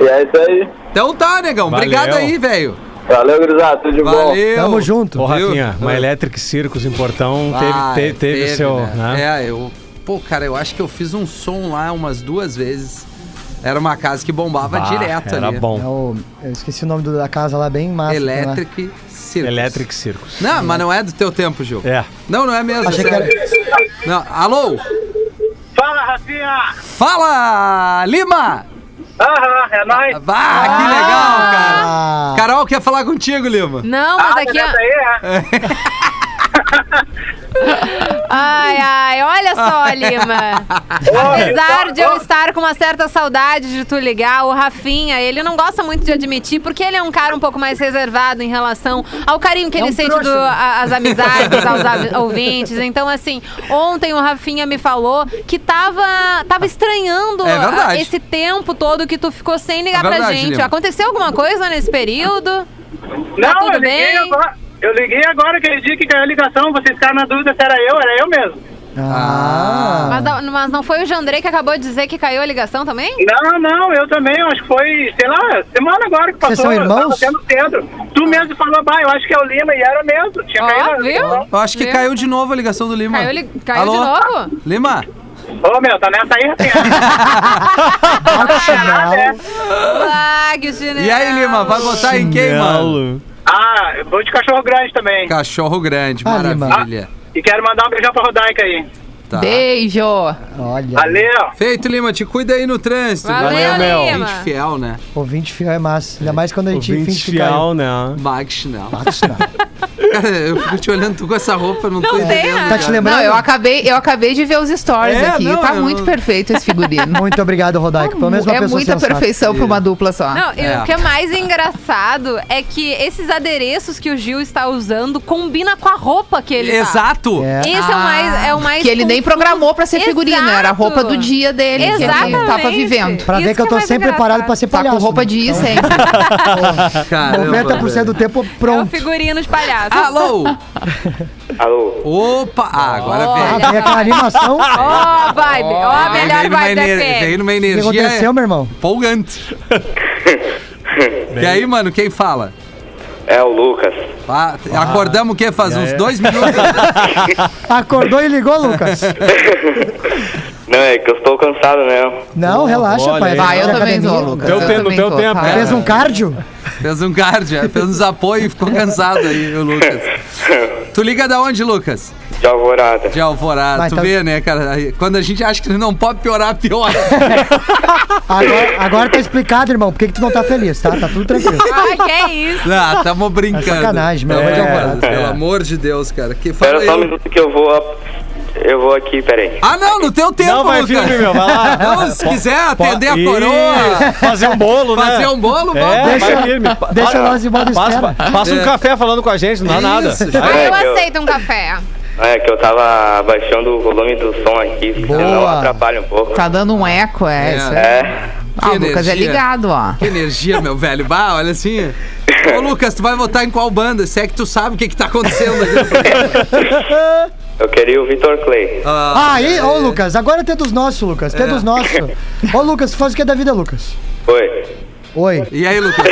E é isso aí. Então tá, negão. Obrigado Valeu. aí, velho. Valeu, gurizada, tudo de bom. Valeu. Tamo junto. Ô, Viu? Rafinha, uma Ah. Electric Circus em Portão Ah, teve, te- teve, seu. né? É, eu. Pô, cara, eu acho que eu fiz um som lá umas duas vezes. Era uma casa que bombava Ah, direto era ali. É bom. o- eu esqueci o nome do- da casa lá, bem massa. Elétrico. Electric Circus. Electric Circus. Não, mas não é do teu tempo, Gil. É. Não, não é mesmo. Achei que era- Não, alô? Fala, Rafinha! Fala, Lima! Aham, é nóis! Bah, que legal, cara. Ah! Carol quer falar contigo, Lima. Não, Ah, mas aqui, beleza ó. aí, é. Ai, ai, olha só, Lima. Apesar de eu estar com uma certa saudade de tu ligar, o Rafinha, ele não gosta muito de admitir, porque ele é um cara um pouco mais reservado em relação ao carinho É um que ele sente do, a- as amizades, aos av- ouvintes. Então, assim, ontem o Rafinha me falou que tava, tava estranhando É verdade. ah, esse tempo todo que tu ficou sem ligar É verdade, pra gente. Lima. Aconteceu alguma coisa nesse período? Não, tudo eu liguei bem? agora. Eu liguei agora aquele dia que caiu a ligação, vocês ficaram na dúvida se era eu, era eu mesmo. Ah. Mas, da- mas não foi o Jandrei que acabou de dizer que caiu a ligação também? Não, não, eu também, eu acho que foi, sei lá, semana agora que Vocês passou. são eu tava irmãos? até no centro. Tu mesmo falou, bah, eu acho que é o Lima, e era mesmo. Tinha Ó, caído a viu? ligação. Eu acho que Viu? caiu de novo a ligação do Lima. Caiu, li- caiu de novo? Lima, Ô, meu, tá nessa aí, É. Rafinha. Não. Ah, que chinelo. e aí, Lima, vai votar Tá em quem, mano? Chinelo. ah, eu vou de cachorro grande também. Cachorro grande, Ah, Lima. maravilha. E quero mandar um beijão pra Rodaica aí. Tá. Beijo! Olha. Valeu! Feito, Lima, te cuida aí no trânsito. Valeu, Valeu, meu. Lima. Gente fiel, né? Ouvinte fiel é massa. Ainda mais quando a gente Ouvinte finge que caiu. fiel, né? Max, não. Nossa, Cara, eu fico te olhando tu com essa roupa, não, tô tem, entendendo. né? Tá te cara. lembrando? Não, eu acabei, eu acabei de ver os stories É, aqui. não, tá eu- muito perfeito esse figurino. Muito obrigado, Rodaico. um- Pelo menos uma é pessoa muita sensata. perfeição pra uma dupla só. Não, e É. o que é mais engraçado é que esses adereços que o Gil está usando combina com a roupa que ele tá. Exato. É. Esse é o mais é o mais Que ele nem confuso. programou pra ser figurino, né? era a roupa do dia dele. Que ele Exatamente. tava vivendo. Pra Isso ver que, que eu é tô mais sempre engraçado. preparado pra ser Tá palhaço. com roupa né? de ir Então, sempre. Caramba, 90% do velho. tempo É o pronto. figurino de palhaço. Alô? Alô. Opa! Ah, agora Olha. veio. Ah, vem aquela animação. Ó, vibe. Ó, a melhor veio numa, vibe da ener- veio série. numa O que energia aconteceu, meu irmão? empolgante. e aí, mano, quem fala? É o Lucas. Ah, acordamos o quê? Faz uns dois minutos? Acordou e ligou, Lucas? Não, é que eu estou cansado, né? Não, relaxa, olha pai. aí. Vai Vai, eu de também academia. tô, Lucas. Teu Eu tempo, também teu tô, tempo. tá? Fez um cardio? fez um cardio, é, fez uns apoios e ficou cansado aí, o Lucas. Tu liga da onde, Lucas? De Alvorada. De Alvorada. Vai, tu tá- vê, né, cara? aí, Quando a gente acha que não pode piorar, piora. Agora, agora tá explicado, irmão, por que que tu não tá feliz, tá? Tá tudo tranquilo. Ai, que é isso. Ah, tamo brincando. É sacanagem, meu, Tamo vai de de Alvorada. Pelo amor de Deus, cara. Que fala Espera aí. É. só um minuto que eu vou. a- Eu vou aqui, peraí. Ah, não, no teu tempo, Não, vai Lucas. firme, meu, vai lá. Não, se Po- quiser po- atender a Isso, coroa. Fazer um bolo, né? Fazer um bolo, É, vamos. vai Deixa- firme. Pa- deixa olha, nós em modo Passa, espera. passa É. um café falando com a gente, não dá nada. Isso, Vai. Ah, eu É, eu- aceito um café. É que eu tava baixando o volume do som aqui, senão Boa. atrapalha um pouco. Tá dando um eco, é. É. isso é. É. Ah, o Que Lucas é energia. ligado, ó. Que energia, meu velho. Bah, olha assim. Ô, Lucas, tu vai votar em qual banda? Se é que tu sabe o que, que tá acontecendo. Eu queria o Vitor Clay. Ah, Aí, ô Lucas, agora tem dos nossos, Lucas. Tem É. dos nossos. Ô Lucas, tu faz o que é da vida, Lucas? Oi. Oi. E aí, Lucas?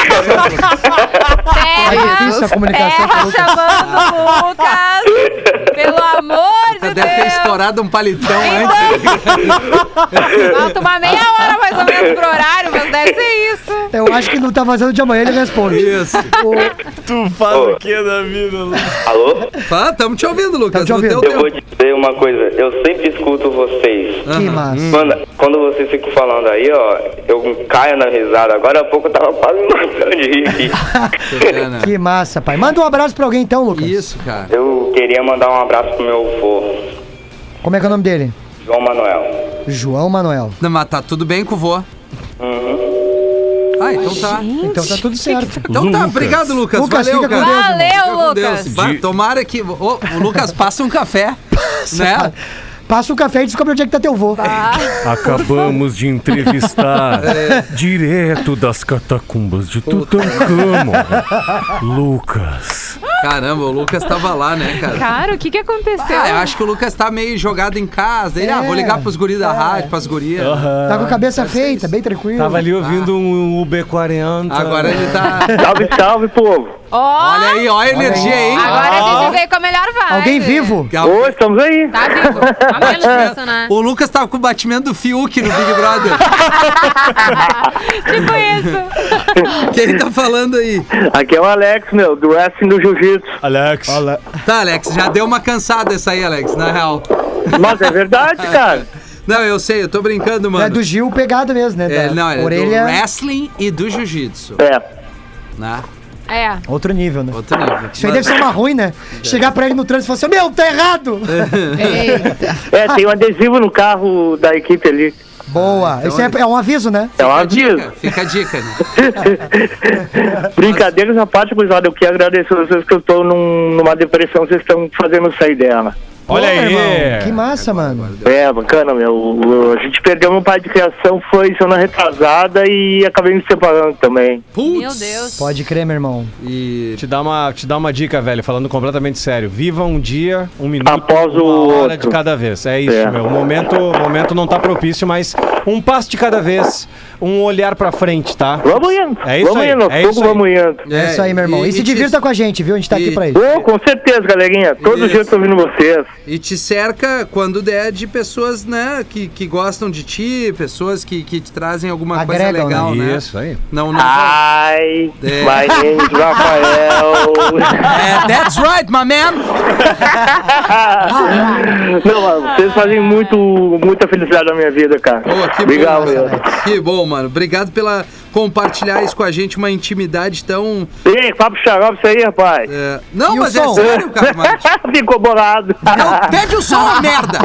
Tá difícil a comunicação com o Terra Lucas. chamando o Lucas. Pelo amor de Deve ter Deus. estourado um palitão antes. Falta uma meia hora mais ou menos pro horário, mas deve ser isso. Eu acho que não tá vazando de amanhã, ele responde. Isso. Tu faz Ô. o que da vida, Lucas? Alô? Ah, tamo te ouvindo, Lucas. Tamo te no teu ouvindo. Eu vou tempo. te dizer uma coisa. Eu sempre escuto vocês. Que massa. Mano, quando vocês ficam falando aí, ó, eu caio na risada. Agora há pouco eu tava quase me matando de rir aqui. Bacana. Que massa, pai. Manda um abraço pra alguém então, Lucas. É, né? Hum. Isso, cara. Eu queria mandar um abraço pro meu avô, Como é que é o nome dele? João Manuel. João Manuel. Não, mas tá tudo bem com o vô. Ah, então tá. Então tá tudo certo. Então tá, obrigado, Lucas. Lucas, Valeu, fica com Deus, irmão. cara. Valeu, Fica com Lucas. Deus. Vai, tomara que. Ô, o Lucas, passa um café. né? Passa o café e descobre onde é que tá teu vô. Acabamos de entrevistar É. direto das catacumbas de Tutankhamon, Lucas. Caramba, o Lucas tava lá, né, cara? Cara, o que que aconteceu? Ah, eu acho que o Lucas tá meio jogado em casa. Ele, ah, É. vou ligar pros guris da rádio, pras gurias. Tá com a cabeça feita, bem tranquilo. Tava ali ouvindo um UB40. Agora ele tá. Salve, salve, povo. Ó, Olha aí, olha a energia, hein? agora a gente veio com a melhor vibe. Alguém vivo? Oi, estamos aí. Tá vivo. A menos isso, né? O Lucas tava com o batimento do Fiuk no Big Brother. Tipo isso. Quem tá falando aí? Aqui é o Alex, meu, do wrestling do jiu-jitsu. Alex. Tá, Alex, já deu uma cansada essa aí, Alex, na real. Mas é verdade, cara. Não, eu sei, eu tô brincando, mano. É do Gil pegado mesmo, né? É, Da não, é do orelha, wrestling e do jiu-jitsu, É. né? É. outro nível, né? Outro nível. É. Isso aí deve ser uma ruim, né? Chegar pra ele no trânsito e falar assim, meu, tá errado! Eita. É, tem um adesivo no carro da equipe ali. Boa. Então Isso aí é, é um aviso, né? É um Fica a dica, aviso. fica a dica, né? Brincadeiras à parte, gurizada, eu queria agradecer a vocês que eu tô num- numa depressão, vocês estão fazendo eu sair dela. Olha Boa, aí. Que massa, mano. É, bacana, meu. O- o- A gente perdeu meu pai de criação, foi semana retrasada e acabei me separando também. Putz. Meu Deus. Pode crer, meu irmão. E Te dá, uma, te dá uma dica, velho, falando completamente sério. Viva um dia, um minuto, Após uma o hora outro. de cada vez. É isso, É. meu. O momento, o momento não tá propício, mas um passo de cada vez, um olhar pra frente, tá? Vamos indo. É isso vamos aí, indo, é pouco isso aí. vamos indo. É, isso aí, meu irmão. E, se te- divirta com a gente, viu? A gente tá e- aqui pra isso. Ô, com certeza, galerinha. Todo Isso. dia eu tô ouvindo vocês. E te cerca, quando der, de pessoas, né, que, que gostam de ti, pessoas que, que te trazem alguma coisa Agregam, né? legal, né? Isso aí. Não, não. Ah. Hi, É. my name is Rafael. É, that's right, my man! Não, mano, vocês fazem muito, muita felicidade na minha vida, cara. Boa, que Obrigado, bom, meu. Alex. Que bom, mano. Obrigado pela compartilhar isso com a gente, uma intimidade tão. Ei, papo xarope isso aí, rapaz. é, Não, E o mas é som? sério, cara, Mate. Ficou bolado. Não, pede o som, a merda!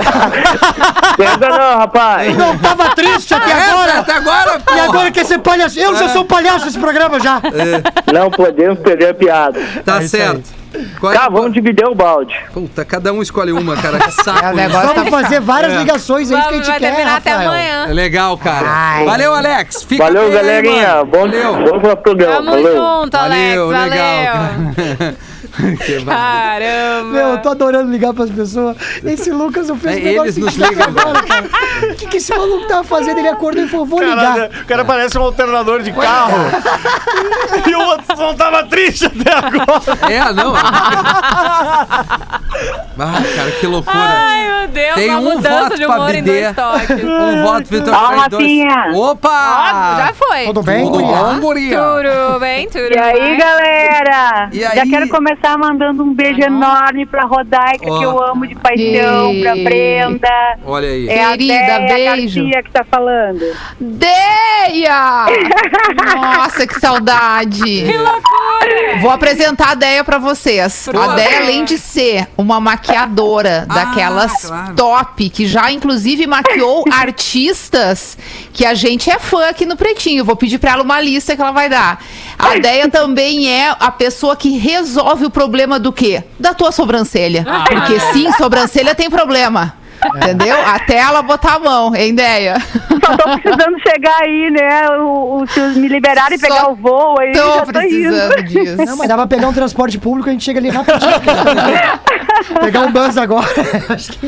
Pega não, rapaz. Não, tava triste até Agora, agora! até agora, E agora porra. É. quer ser palhaço? Eu já sou palhaço nesse programa já! Não podemos perder a piada. É Tá isso certo. Qual é- Tá, vamos dividir o balde. Puta, cada um escolhe uma, cara. Que saco. É, o isso. negócio tá Vamos fazer várias É. ligações aí que a Vamos, gente vai quer, terminar até Rafael. É amanhã. Legal, cara. Valeu, Alex. Fica Valeu, bem aí, galerinha. mano. Bom, Valeu. bom programa. Tamo Valeu. junto, Alex. Valeu, Valeu. legal. Que ba- Caramba! Meu, eu tô adorando ligar pras pessoas. Esse Lucas, eu fiz um É, negócio eles nos que tá ligam. agora, cara. O que, que esse maluco tava fazendo? Ele acordou e falou, vou Caralho, ligar. o É. cara parece um alternador de carro. e o outro não tava triste até agora. É, não. Ah, cara, que loucura. Ai, meu Deus, Tem uma um mudança voto de pra humor em BD. dois toques. Um voto, Vitor Ó, Freire, dois. Rafinha. Ó, Opa! já foi. Tudo bem, Ah, Tudo guria? bom, guria? Tudo bem, tudo E aí, bem? galera? E Já aí? quero começar mandando um beijo Ah, enorme pra Rodaica, Ó. que eu amo de paixão, pra Ei. Brenda. Olha aí. É Querida, a Déia beijo. Garcia que tá falando. Deia! Nossa, que saudade! Que loucura! Vou apresentar a Deia pra vocês. A Deia, além de ser uma maquiadora daquelas claro. top, que já inclusive maquiou artistas que a gente é fã aqui no Pretinho. Vou pedir pra ela uma lista que ela vai dar. A Deia também é a pessoa que resolve o problema do quê? Da tua sobrancelha. Porque sim, sobrancelha tem problema. Entendeu? Até ela botar a mão, hein, Deia? Só tô precisando chegar aí, né? O, o- se me liberarem e Só pegar o voo aí, Tô já tô indo. precisando disso. Não, mas dá pra pegar um transporte público, a gente chega ali rapidinho. cara. pegar um bus agora. Acho que-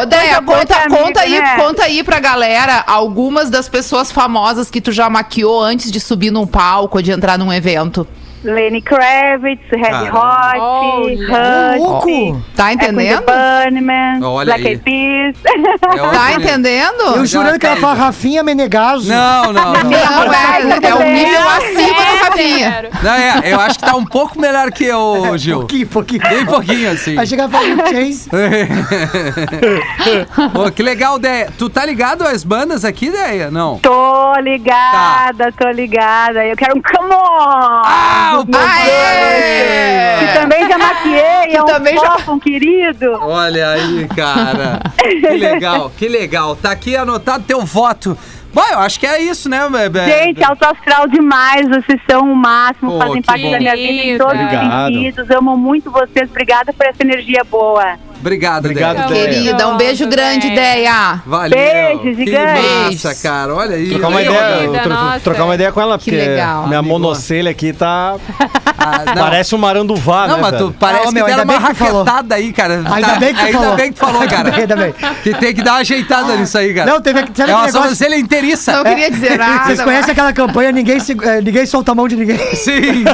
Ô, Deia, boa conta, amiga, conta, aí, né? conta aí pra galera algumas das pessoas famosas que tu já maquiou antes de subir num palco, de entrar num evento. Lenny Kravitz, Red Caramba. Hot, Ô, Hush, Louco! Tá Echo entendendo? and the Bunnymen, Olha Black aí. Eyed Peas. É outro Tá nível. entendendo? Eu jurando que ela Tá fala Rafinha Menegaso. Não, não, não. Não, é, é um nível acima do Rafinha. Não, é, eu acho que tá um pouco melhor que eu, Gil. Um Pouquinho, pouquinho. Bem pouquinho, assim. Aí chega e fala, Chase. Pô, que legal, Deia. Tu tá ligado às bandas aqui, Deia? Não. Tô ligada, tô ligada. Eu quero um come on! Tá. Ah, é. o Aê! Que também já maquiei, é um também já- fofo, um querido. Olha aí, cara. Que legal, que legal. Tá aqui anotado teu voto. Bom, eu acho que é isso, né, bebê? Gente, é alto astral demais, vocês são o máximo, Pô, fazem que parte da bom. minha vida em todos Obrigado. os sentidos. Amo muito vocês, obrigada por essa energia boa. Obrigado, Obrigado, Deia. Deia. Querida, um beijo Tudo grande, bem. Deia. Valeu. Beijo Que gigante. massa, cara. Olha aí. Trocar uma, Querida, ideia, tro- nossa. trocar uma ideia com ela, Que porque legal. minha Amigo. monocelha aqui tá. Ah, não. Parece um maranduvá, Não, né? mas tu velho? parece Não, Ah, meu, que deram ainda uma bem que tu falou. raquetada aí, cara. Ainda Tá- bem que tu ainda falou. bem que tu falou, cara. Ainda bem. Ah, Que tem que dar uma ajeitada nisso aí, cara. Não, teve aquele é uma negócio- sobrancelha Não inteiriça. queria dizer Ah, nada. É. Vocês conhecem aquela campanha, ninguém, se- eh, ninguém solta a mão de ninguém. Sim.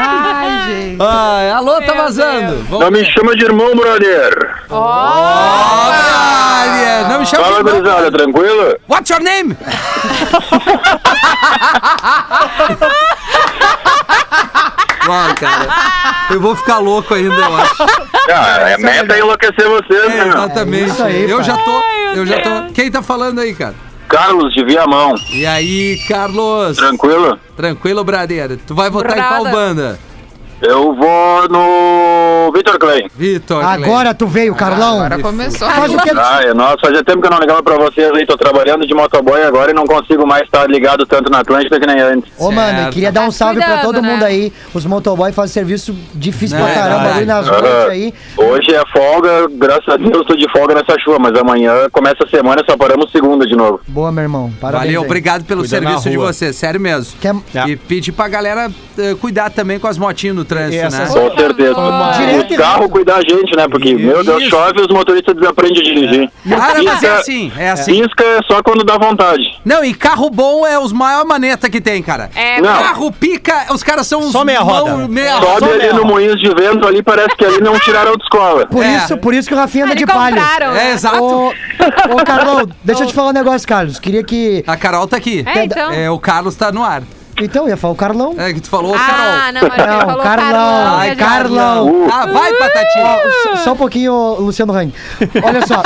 Ai, gente. Ai, alô, tá Meu vazando. Deus. Vamos- Não me chama de irmão, brother. Olha, não me chama Fala, de irmão. gurizada, tranquilo? What's your name? Uau, cara. Eu vou ficar louco ainda, eu acho. Ah, a meta é enlouquecer vocês, É, né, meu? É exatamente. isso aí, eu pai. já tô. eu já tô. Quem tá falando aí, cara? Carlos de Viamão, E aí, Carlos? tranquilo? Tranquilo, Bradeira? Tu vai votar em Brada. qual banda? Eu vou no Vitor Klein. Vitor. Agora tu veio, Carlão. Agora começou. Faz o que? Ah, é, nossa, fazia tempo que eu não ligava pra vocês aí, tô trabalhando de motoboy agora e não consigo mais estar ligado tanto na Atlântida que nem antes. Ô, mano, eu queria dar um Tá salve pra cuidando, todo né? mundo aí. Os motoboy fazem serviço difícil É, pra caramba verdade. ali nas Aham. ruas aí. Hoje é folga, graças a Deus tô de folga nessa chuva, mas amanhã começa a semana só paramos segunda de novo. Boa, meu irmão. Parabéns. Valeu, aí. obrigado pelo Cuida na serviço de rua. vocês, sério mesmo. Quer- E pedir pra galera eh, cuidar também com as motinhas no trânsito, essas- né? Com certeza. Direto Os e carros cuidar a gente, né? Porque, meu Deus, Isso. chove e os motoristas desaprendem a dirigir. Cara, mas é Pisca- assim, é assim. Pisca é só quando dá vontade. Não, e carro bom é os maior maneta que tem, cara. É, Não. Carro pica, os caras são uns Só meia roda. mão- meia Sobe roda. ali no Moinhos de Vento, ali parece que ali não tiraram autoescola. Por, É. isso, por isso que o Rafinha anda eles de palho. compraram. né? É, exato. Ô, ô, Carlão, deixa eu te falar um negócio, Carlos. Queria que. A Carol tá aqui. É, então. É, o Carlos tá no ar. Então, eu ia falar o Carlão. É que tu falou, Ah, Carol. não, mas ele Não, falou Carlão, Carlão. ai, eu já- É, Carlão. Ah, vai, Patatinha. Só- Só um pouquinho, Luciano Hang. Olha só.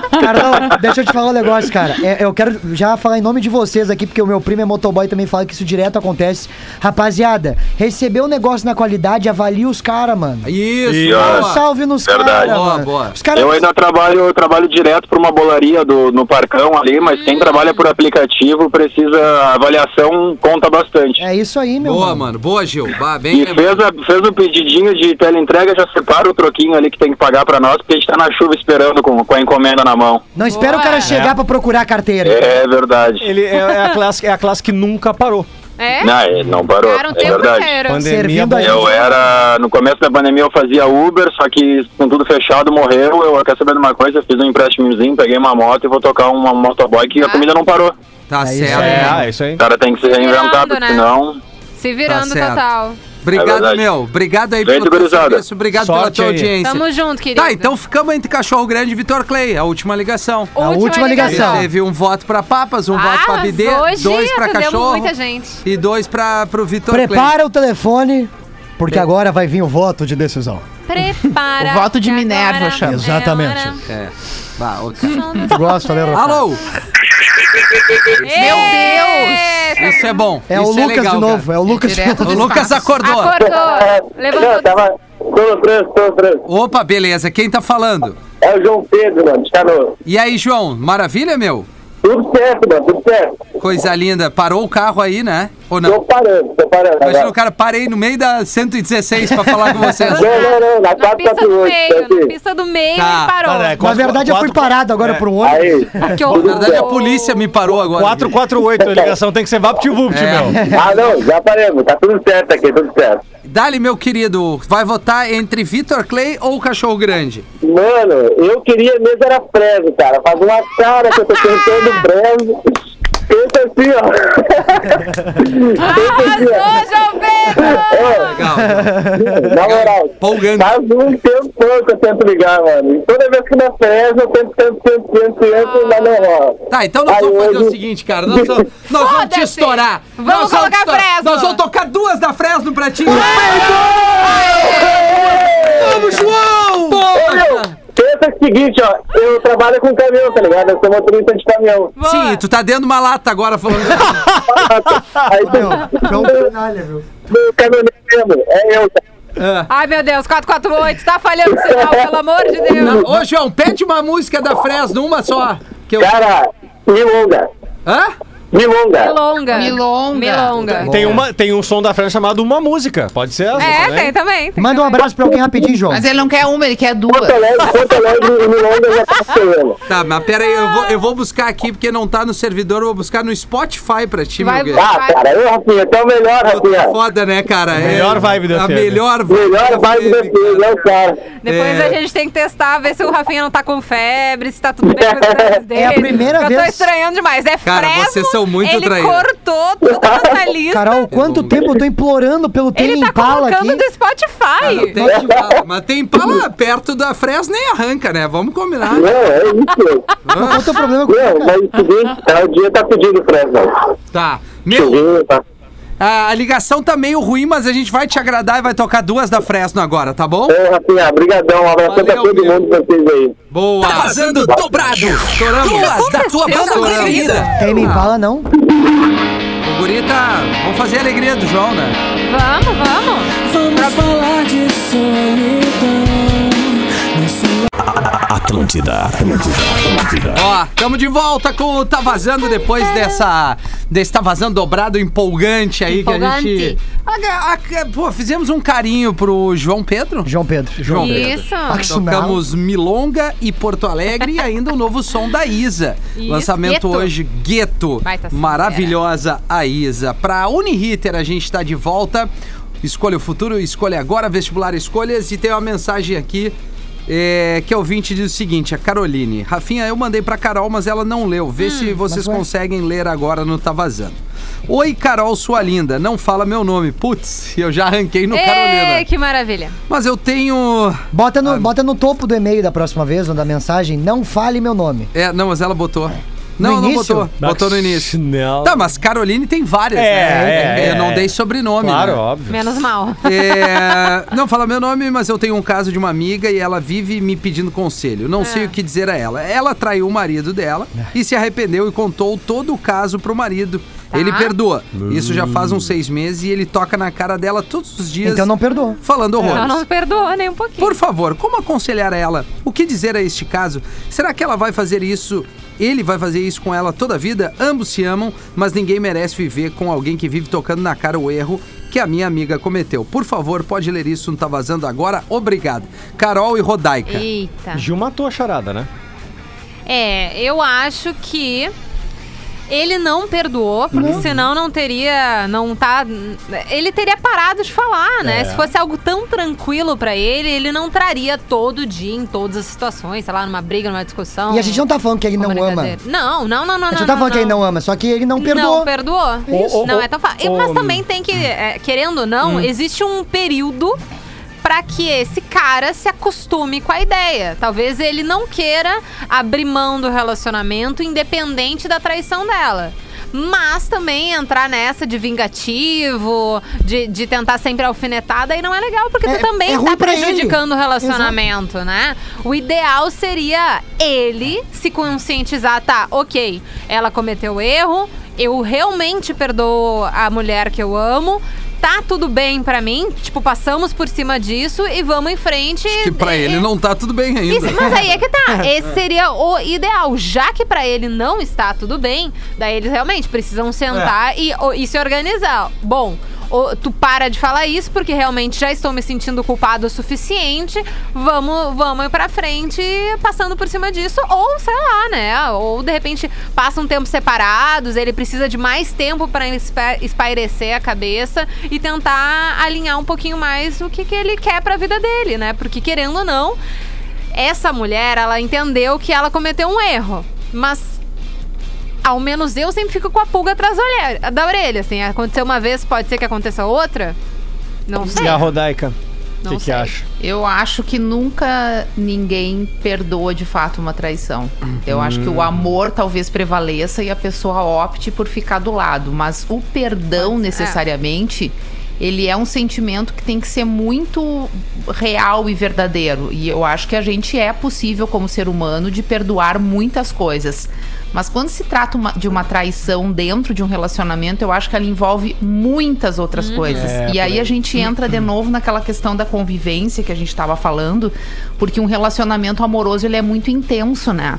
Carlão, deixa eu te falar um negócio, cara. É, eu quero já falar em nome de vocês aqui, porque o meu primo é motoboy também fala que isso direto acontece. Rapaziada, recebeu um negócio na qualidade, avalia os caras, mano. Isso, E, Dá ó, um boa. salve nos caras. Verdade. Boa, mano. boa. Os caras. Eu ainda trabalho, eu trabalho direto para uma bolaria do, no Parcão ali, mas Hum. quem trabalha por aplicativo precisa, a avaliação conta bastante. É isso aí, meu. Boa, mano. mano. Boa, Gil. Bah, bem E lembrado. fez, a- fez o pedidinho de teleentrega, já separa o troquinho ali que tem que pagar para nós, porque a gente tá na chuva esperando com, com a encomenda moeda na mão. Não espera o cara chegar pra procurar a carteira. É verdade. Ele é, é a classe, é a classe que nunca parou. É? Não, ele não parou. Cara, o é tempo verdade. inteiro. Pandemia Servindo a boa. gente. Eu era. No começo da pandemia eu fazia Uber, só que com tudo fechado morreu. Eu quero saber de uma coisa, eu fiz um empréstimozinho, peguei uma moto e vou tocar uma motoboy que Ah. a comida não parou. Tá É isso certo. É, é isso aí. O cara tem que tá se reinventar, Virando, porque né? senão. Se virando tá certo. total. É Obrigado, verdade. meu. Obrigado aí Gente, teu gurizada. serviço, Obrigado pela Sorte tua aí. audiência. Tamo junto, querido. Tá, então ficamos entre Cachorro Grande e Vitor Clay, a última ligação. A última ligação. Teve um voto pra Papas, um voto pra mas BD, Ah, hoje dois pra atendemos Cachorro muita gente. e dois pra, pro Vitor Clay. Prepara o telefone, porque agora vai vir o voto de decisão. Prepara. O voto de que Minerva agora chama. é Exatamente. hora. É. Vá, ô, cara. Tu gosta, né, Rafa? Alô, Meu Deus! isso é bom. É o isso Lucas legal, de novo, cara. é o Lucas de Direto novo. O do Lucas espaço. acordou. É, Acordou. Não, Levantou. tava. Tô no trânsito, tô no trânsito. Opa, beleza. Quem tá falando? É o João Pedro, mano. Tá no. E aí, João? Maravilha, meu? Tudo certo, mano, tudo certo. Coisa linda. Parou o carro aí, né? Ou Tô não? parando, tô parando. Imagina Agora. o cara, parei no meio da 116 pra falar com é, vocês. Não, não, não, na Na pista do 448, tá meio, na aqui. pista do meio Tá, ele parou. Cara, é Na quatro- verdade, eu fui quatro- É. parado agora por um ônibus. Aí. Que tudo Na verdade, a certo. é polícia me parou agora. 448, a ligação tem que ser VaptVupt, É. meu. Ah, não, já paramos. Tá tudo certo aqui, tudo certo. Dali, meu querido, vai votar entre Vitor Clay ou Cachorro Grande? Mano, eu queria mesmo era preso, cara. Faz uma cara que eu tô tentando preso. Pensa assim, ó. Pensa assim, ó. Arrasou, João Pedro! É, Legal. na moral, Empolgante. faz um tempão que eu tento ligar, mano. E toda vez que me preso, eu tento, tento, tento, tento, tento, mas não rola. Tá, então nós Aí vamos fazer hoje- o seguinte, cara. Nós vamos, nós vamos te Foda-se. estourar. Vamos nós colocar te estourar. Fresno. Nós vamos tocar duas da Fresno pra ti. Vamos, João! Ô, meu, pensa o seguinte, ó. Eu trabalho com caminhão, tá ligado? Eu sou motorista de caminhão. Boa. Sim, tu tá dentro de uma lata agora falando. Aí Meu, Então, não canalha, meu. meu caminhoneiro mesmo. É eu, cara. Ah. Ai, meu Deus, 448, tá falhando o sinal, pelo amor de Deus. Ô, João, pede uma música da Fresno, uma só. Que eu... Cara, milonga. Hã? Milonga. Milonga. Milonga. Milonga. Tem, uma, tem um som da Fran chamado Uma Música. Pode ser essa É, também. tem também. tem Manda um também. abraço pra alguém rapidinho, João. é Mas ele não quer uma, ele quer duas. Porto Alegre, Porto Alegre e Milonga já tá chegando. Tá, mas pera aí, eu vou, eu vou buscar aqui porque não tá no servidor, eu vou buscar no Spotify pra ti, Vai meu guerreiro. Ah, cara, eu, Rafinha, até o melhor, Pô, tá Rafinha. foda, né, cara? É Melhor vibe da A FM. melhor vibe. Melhor vibe do filme, é o cara. Depois É. a gente tem que testar, ver se o Rafinha não tá com febre, se tá tudo bem com os exames dele. É a primeira Eu tô vez. estranhando demais. É Cara, Fresno, vocês são muito ele traíra. cortou toda a nossa lista. Carol, quanto bom. tempo eu tô implorando pelo Tem né? ele tá Impala colocando aqui? do Ah, não Spotify. tem Impala, mas tem Impala perto da Fresno nem arranca, né? Vamos combinar. Não, é isso. Não conta o problema com Não, mas o seguinte, tá, o dia tá pedindo Fresno. Tá. O Meu, dia tá. a, a ligação tá meio ruim, mas a gente vai te agradar e vai tocar duas da Fresno agora, tá É. bom? Ô, Rafinha, brigadão. Um abraço pra Valeu, todo meu. mundo vocês aí. Boa. Tá fazendo dobrado. Choramos. Duas da tua banda preferida. Tem Impala, não? Gurita, vamos fazer a alegria do João, né? Vamos, vamos. Vamos falar de solidão. Nesse Atlântida, Atlântida, Atlântida. Ó, tamo de volta com o Tá Vazando depois dessa. desse Tá Vazando dobrado empolgante aí que a gente. A- a- a- pô, fizemos um carinho pro João Pedro. João Pedro. João Pedro. Isso. Ah, que sinal. Tocamos Milonga e Porto Alegre e ainda o novo som da Isa. Isso, Lançamento Gueto. tá hoje, Gueto. Baita sonzeira. Maravilhosa a Isa. Pra Uniriter a gente tá de volta. Escolha o futuro, escolha agora, vestibular escolhas. E tem uma mensagem aqui é, que a ouvinte diz o seguinte, a Caroline. Rafinha, eu mandei pra Carol, mas ela não leu. Vê Hum, se vocês conseguem ler agora no Tá Vazando. Oi, Carol, sua linda. Não fala meu nome. Putz, eu já arranquei no Ei, Carolina. que maravilha. Mas eu tenho... Bota Ah. no, bota no topo do e-mail da próxima vez, ou da mensagem, não fale meu nome. É, não, mas ela botou. Não, não início? botou. Botou no início. Não. Tá, mas Caroline tem várias, É, né? é, eu não é. dei sobrenome, Claro, né? óbvio. Menos mal. É, não fala meu nome, mas eu tenho um caso de uma amiga e ela vive me pedindo conselho. É. Não sei o que dizer a ela. Ela traiu o marido dela É. e se arrependeu e contou todo o caso pro marido. Ele Tá. perdoa. Isso já faz uns seis meses e ele toca na cara dela todos os dias. Então não perdoa. Falando horrores. Ela não perdoou nem um pouquinho. Por favor, como aconselhar ela? O que dizer a este caso? Será que ela vai fazer isso? Ele vai fazer isso com ela toda a vida? Ambos se amam, mas ninguém merece viver com alguém que vive tocando na cara o erro que a minha amiga cometeu. Por favor, pode ler isso, não tá vazando agora? Obrigado. Carol e Rodaica. Eita. Gil matou a charada, né? É, eu acho que ele não perdoou, porque senão não teria, não tá, ele teria parado de falar, né? É. Se fosse algo tão tranquilo pra ele, ele não traria todo dia em todas as situações, sei lá, numa briga, numa discussão. E a gente não tá falando que ele não ama. Não, não, não, não, a gente não tá não. não, falando que não. ele não ama, só que ele não perdoou. Não perdoou. Isso. Ô, ô, não ô, é tão fácil. E- ô, Mas hum. também tem que, é, querendo ou não, Hum. existe um período para que esse cara se acostume com a ideia. Talvez ele não queira abrir mão do relacionamento, independente da traição dela. Mas também entrar nessa de vingativo, de, de tentar sempre alfinetada, aí não é legal, porque tu também é tá ruim pra ele. prejudicando o relacionamento, né? O ideal seria ele se conscientizar, tá, ok, ela cometeu erro, eu realmente perdoo a mulher que eu amo, tá tudo bem pra mim, tipo, passamos por cima disso e vamos em frente. Que pra é. e- ele não tá tudo bem ainda. isso, mas aí é que tá. Esse seria o ideal. Já que pra ele não está tudo bem, daí eles realmente precisam sentar e, o- e se organizar. Bom. o- tu para de falar isso porque realmente já estou me sentindo culpado o suficiente. Vamos, vamos ir pra frente passando por cima disso. Ou, sei lá, né? Ou de repente passam tempo separados, ele precisa de mais tempo pra espa- espairecer a cabeça e tentar alinhar um pouquinho mais o que, que ele quer pra vida dele, né? Porque querendo ou não, essa mulher, ela entendeu que ela cometeu um erro, mas ao menos eu sempre fico com a pulga atrás da orelha, da orelha, assim. Aconteceu uma vez, pode ser que aconteça outra? Não sei. é. E a Rodaica? O Não que, que sei. acha? Eu acho que nunca ninguém perdoa de fato uma traição. Eu acho que o amor talvez prevaleça e a pessoa opte por ficar do lado, mas o perdão necessariamente ele é um sentimento que tem que ser muito real e verdadeiro. E eu acho que a gente é possível como ser humano de perdoar muitas coisas. Mas quando se trata uma- de uma traição dentro de um relacionamento, eu acho que ela envolve muitas outras Uhum. coisas. É, e por aí aí. a gente entra de novo naquela questão da convivência que a gente estava falando, porque um relacionamento amoroso ele é muito intenso, né?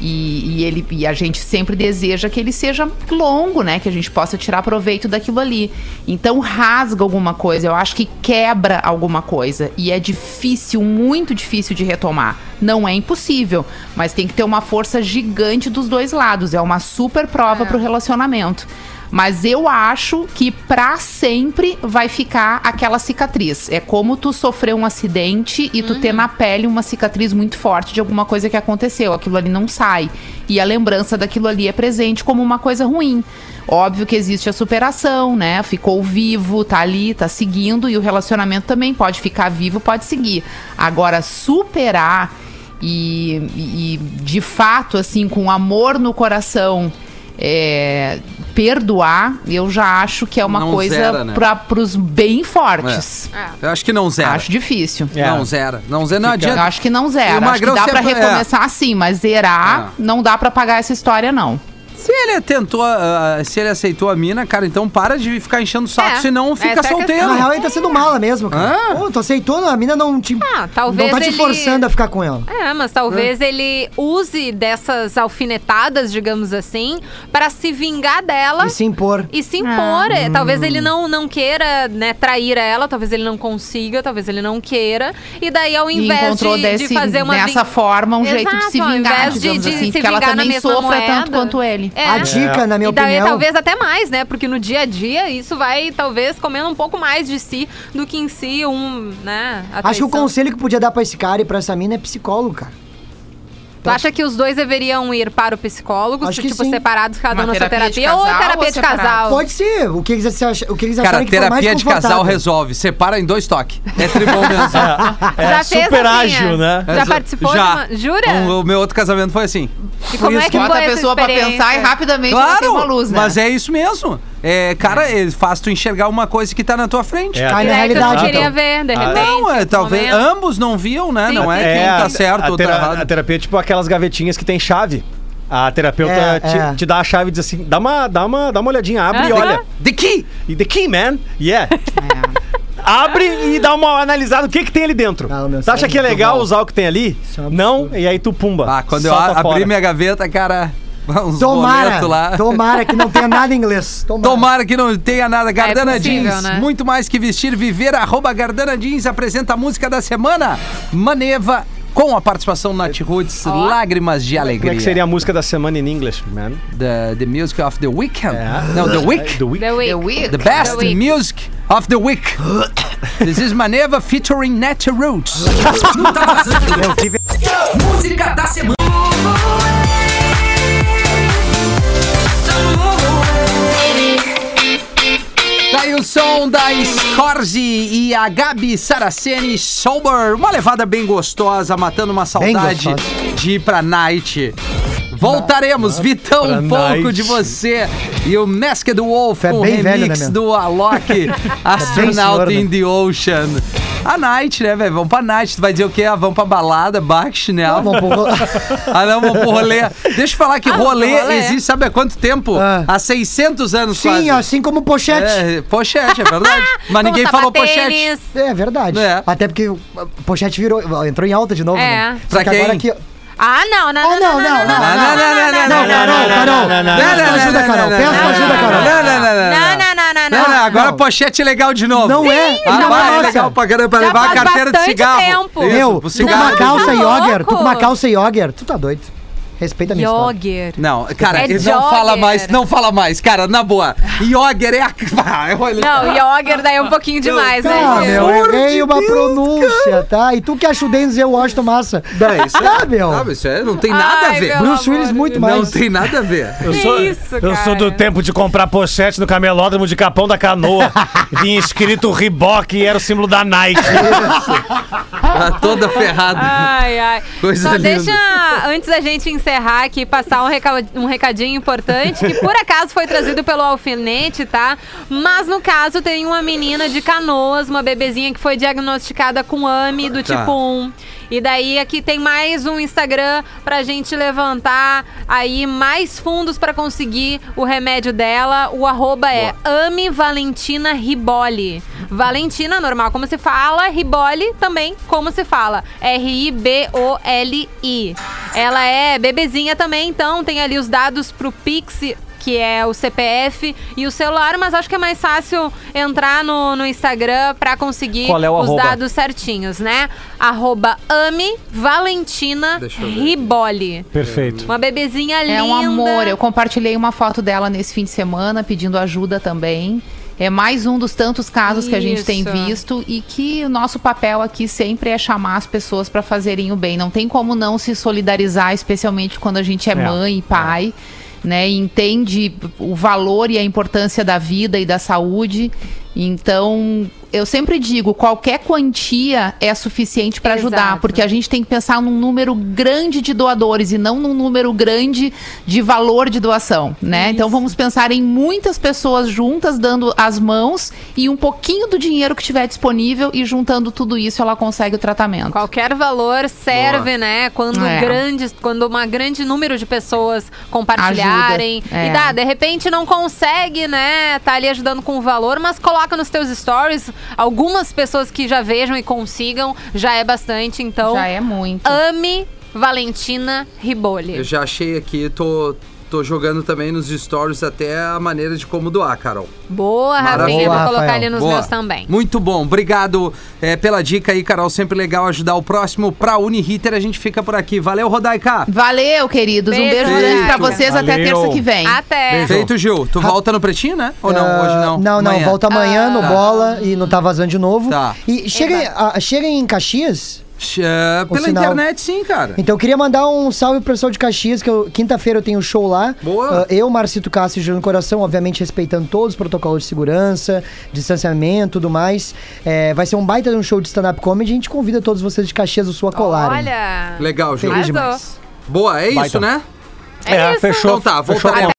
E, e ele, e a gente sempre deseja que ele seja longo, né? Que a gente possa tirar proveito daquilo ali. Então rasga alguma coisa, eu acho que quebra alguma coisa. E é difícil, muito difícil de retomar. Não é impossível, mas tem que ter uma força gigante dos dois lados. É uma super prova pro relacionamento. Mas eu acho que pra sempre vai ficar aquela cicatriz. É como tu sofrer um acidente e tu ter na pele uma cicatriz muito forte de alguma coisa que aconteceu. Aquilo ali não sai. E a lembrança daquilo ali é presente como uma coisa ruim. Óbvio que existe a superação, né? Ficou vivo, tá ali, tá seguindo. E o relacionamento também pode ficar vivo, pode seguir. Agora, superar e, e- e, de fato, assim, com amor no coração, é, perdoar, eu já acho que é uma Não zera, coisa né? para pros bem fortes. É. Eu acho que não zera. Acho difícil. Não zera. Não zera, não é. Fica- adianta. Eu acho que não E o zera. Acho que Magrão dá pra sempre- é. recomeçar assim, mas zerar não dá pra pagar essa história, não. Se ele tentou, ah, se ele aceitou a mina, cara, então para de ficar enchendo o saco, É, senão essa fica é a solteiro. questão. Na real, ele tá sendo mala mesmo, cara. Pô, tu aceitou, a mina não te. Ah, talvez não tá te ele- forçando a ficar com ela. É, mas talvez ele use dessas alfinetadas, digamos assim, pra se vingar dela. E se Hum. impor. E se impor. é, Talvez ele não, não queira né, trair ela, talvez ele não consiga, talvez ele não queira. E daí, ao E invés encontrou de, desse, de fazer uma dessa ving- forma um jeito de Exato, se ao vingar, invés de- digamos de assim, se porque ela vingar na também mesma sofra tanto moeda. quanto ele. É. A dica, na minha e daí, opinião. talvez até mais, né? Porque no dia a dia isso vai, talvez, comendo um pouco mais de si do que em si um, né? a Acho que o traição. conselho que podia dar pra esse cara e pra essa mina é psicólogo, cara. Tu acha que os dois deveriam ir para o psicólogo? Acho se, que tipo, sim. separados cada um Uma na sua terapia terapia? de ou casal terapia ou de casal? Pode ser. O que eles, ach... o que eles Cara, acharem que for mais terapia de casal confortável. resolve. Separa em dois toques. É tribom mesmo. É Já fez, super Rafinha? ágil, né? Já É, participou de uma- Jura? Um- o meu outro casamento foi assim. E como é que Bota foi a essa pessoa pra experiência? pensar e rapidamente ela tem Claro, uma luz, né? mas é isso mesmo. É, cara, ele faz tu enxergar uma coisa que tá na tua frente. É, Cai na até- realidade, queria então. ver, de repente, Não, é, no talvez momento. ambos não viam, né? não é, quem a- tá certo a, ou tá tera- errado. a terapia é tipo aquelas gavetinhas que tem chave. A terapeuta É, te, é. te dá a chave e diz assim: dá uma, dá uma, dá uma olhadinha, abre e Aham. olha. The key! E the key, man. Yeah. Abre e dá uma analisada o que, que tem ali dentro. tu acha sonho que é é muito legal bom. usar o que tem ali? Não, e aí tu pumba. Ah, Quando eu a- abri minha gaveta, cara, uns boletos Tomara, lá. tomara que não tenha nada em inglês. Tomara. Tomara que não tenha nada. É Gardana possível, Jeans, né? muito mais que vestir, viver. Arroba Gardana Jeans apresenta a música da semana. Maneva com a participação do Nat Roots, Lágrimas de Alegria. Como é que seria a música da semana em inglês, man? The, the Music of the Weekend. É. Não, The Week. The Week. The Week. The, The best music of the week. This is Maneva featuring Nat Roots. Música da semana. Tá aí o som da Scorzi e a Gabi Saraceni Sober. Uma levada bem gostosa, matando uma saudade de ir pra night. Voltaremos, Vitão, pra um pouco night. de você e o Masked Wolf É com o bem Um remix velho, né, meu? do Alok, Astronaut senhor, né? in the Ocean. A night, né, velho? Vamos pra night. Tu vai dizer o quê? Ah, vamos pra balada, baixo, né? Não, vamos pro- Ah, não, vamos pro rolê. Deixa eu falar que Ah, vamos pro rolê, rolê. existe, sabe há quanto tempo? Ah. Há 600 anos quase. Sim, assim como pochete. É, pochete, é verdade. Como Mas ninguém falou pochete. sapatênis. É, verdade. É. Até porque o- a pochete virou, entrou em alta de novo, É. né? Só Pra que agora quem? aqui... Ah, não, não, Ah, não, não, não, não, não, não, não, não, não, não, Carol, Carol, não, não, peço tua ajuda, Carol. Peço tua ajuda, Carol. Não, não, não, não, não. não, não, não, Não, não, não. agora Não. pochete é legal de novo. Não é, Ah, não vai, é é nossa. legal pra caramba, pra Já levar a faz carteira de bastante cigarro. tempo. Isso, Meu, pro tu com uma cigarro. calça Tá jogger, tu com louco? uma calça jogger, tu tá doido. Respeita a minha história. Jogger. Não, cara, É ele não fala jogger. mais, não fala mais, cara, na boa. Yoger é a. Ah, olha. Não, Jogger daí é um pouquinho demais, né? Tá, gente? meu, eu amor de errei uma Deus, pronúncia, tá? E tu que acha o Denzel Washington massa. Não, isso Tá, meu. Sabe, isso é, não tem nada Ai, a ver. meu Bruce amor Willis de muito Deus. mais. Não tem nada a ver. Eu Que sou, isso, eu sou do cara? tempo de comprar pochete no camelódromo de Capão da Canoa. Vinha escrito Reebok e era o símbolo da Nike. Tá toda ferrada. Ai, ai. Coisa Só linda. deixa, antes da gente encerrar aqui, passar um, reca- um recadinho importante, que por acaso foi trazido pelo alfinete, tá? Mas no caso tem uma menina de canoas, uma bebezinha que foi diagnosticada com AMI do Tá. tipo 1. E daí aqui tem mais um Instagram pra gente levantar aí mais fundos pra conseguir o remédio dela. O arroba é Ame Valentina Riboli. Valentina, normal como se fala, Riboli também como se fala. R-I-B-O-L-I. Ela é bebezinha também, então tem ali os dados pro Pix que é o CPF e o celular, mas acho que é mais fácil entrar no, no Instagram pra conseguir Qual é o os arroba? dados certinhos, né? Arroba Ami Valentina Deixa eu ver. Riboli. Perfeito. Uma bebezinha linda. É um amor. Eu compartilhei uma foto dela nesse fim de semana, pedindo ajuda também. É mais um dos tantos casos que a gente tem Isso. visto e que o nosso papel aqui sempre é chamar as pessoas para fazerem o bem. Não tem como não se solidarizar, especialmente quando a gente é, mãe e pai. Né, e entende o valor e a importância da vida e da saúde. Então, eu sempre digo, qualquer quantia é suficiente para ajudar, Exato. porque a gente tem que pensar num número grande de doadores e não num número grande de valor de doação, né? Então vamos pensar em muitas pessoas juntas dando as mãos e um pouquinho do dinheiro que tiver disponível e juntando tudo isso ela consegue o tratamento. Qualquer valor serve, né? Quando É. grandes, quando uma grande número de pessoas compartilharem. Ajuda, é. E dá, de repente não consegue, né? Tá ali ajudando com o valor, mas coloca nos teus stories. Algumas pessoas que já vejam e consigam, já é bastante. Então, Já é muito. ame Valentina Riboli. Eu já achei aqui, tô, tô jogando também nos stories até a maneira de como doar, Carol. Boa, Rafinha. Vou Maravilha. Boa, colocar Rafael. ali nos Boa. meus também. Muito bom, obrigado eh, pela dica aí, Carol. Sempre legal ajudar o próximo. Pra Uniriter a gente fica por aqui. Valeu, Rodaica. Valeu, queridos. Beijo, um beijo grande pra Rodaica. vocês até Valeu. terça que vem. Até. Feito, Gil. Tu volta no pretinho, né? Ou não? Ah, Hoje não. Não, não, Amanhã. volta amanhã no Tá. bola e não tá vazando de novo. Tá. E cheguem, a- cheguem em Caxias. Sh- eh, O pela sinal. internet, sim, cara. Então eu queria mandar um salve pro pessoal de Caxias, que eu- quinta-feira eu tenho um show lá. Boa. Ah, eu, Marcito Cássio e Juliano Coração, obviamente respeitando todos os protocolos de segurança, distanciamento e tudo mais. É, vai ser um baita de um show de stand-up comedy. A gente convida todos vocês de Caxias do Sul a colarem. Olha. Legal, Gil. Feliz demais. Arrasou. Boa, é isso, Baita. né? É isso. fechou. Então tá, fechou volta- a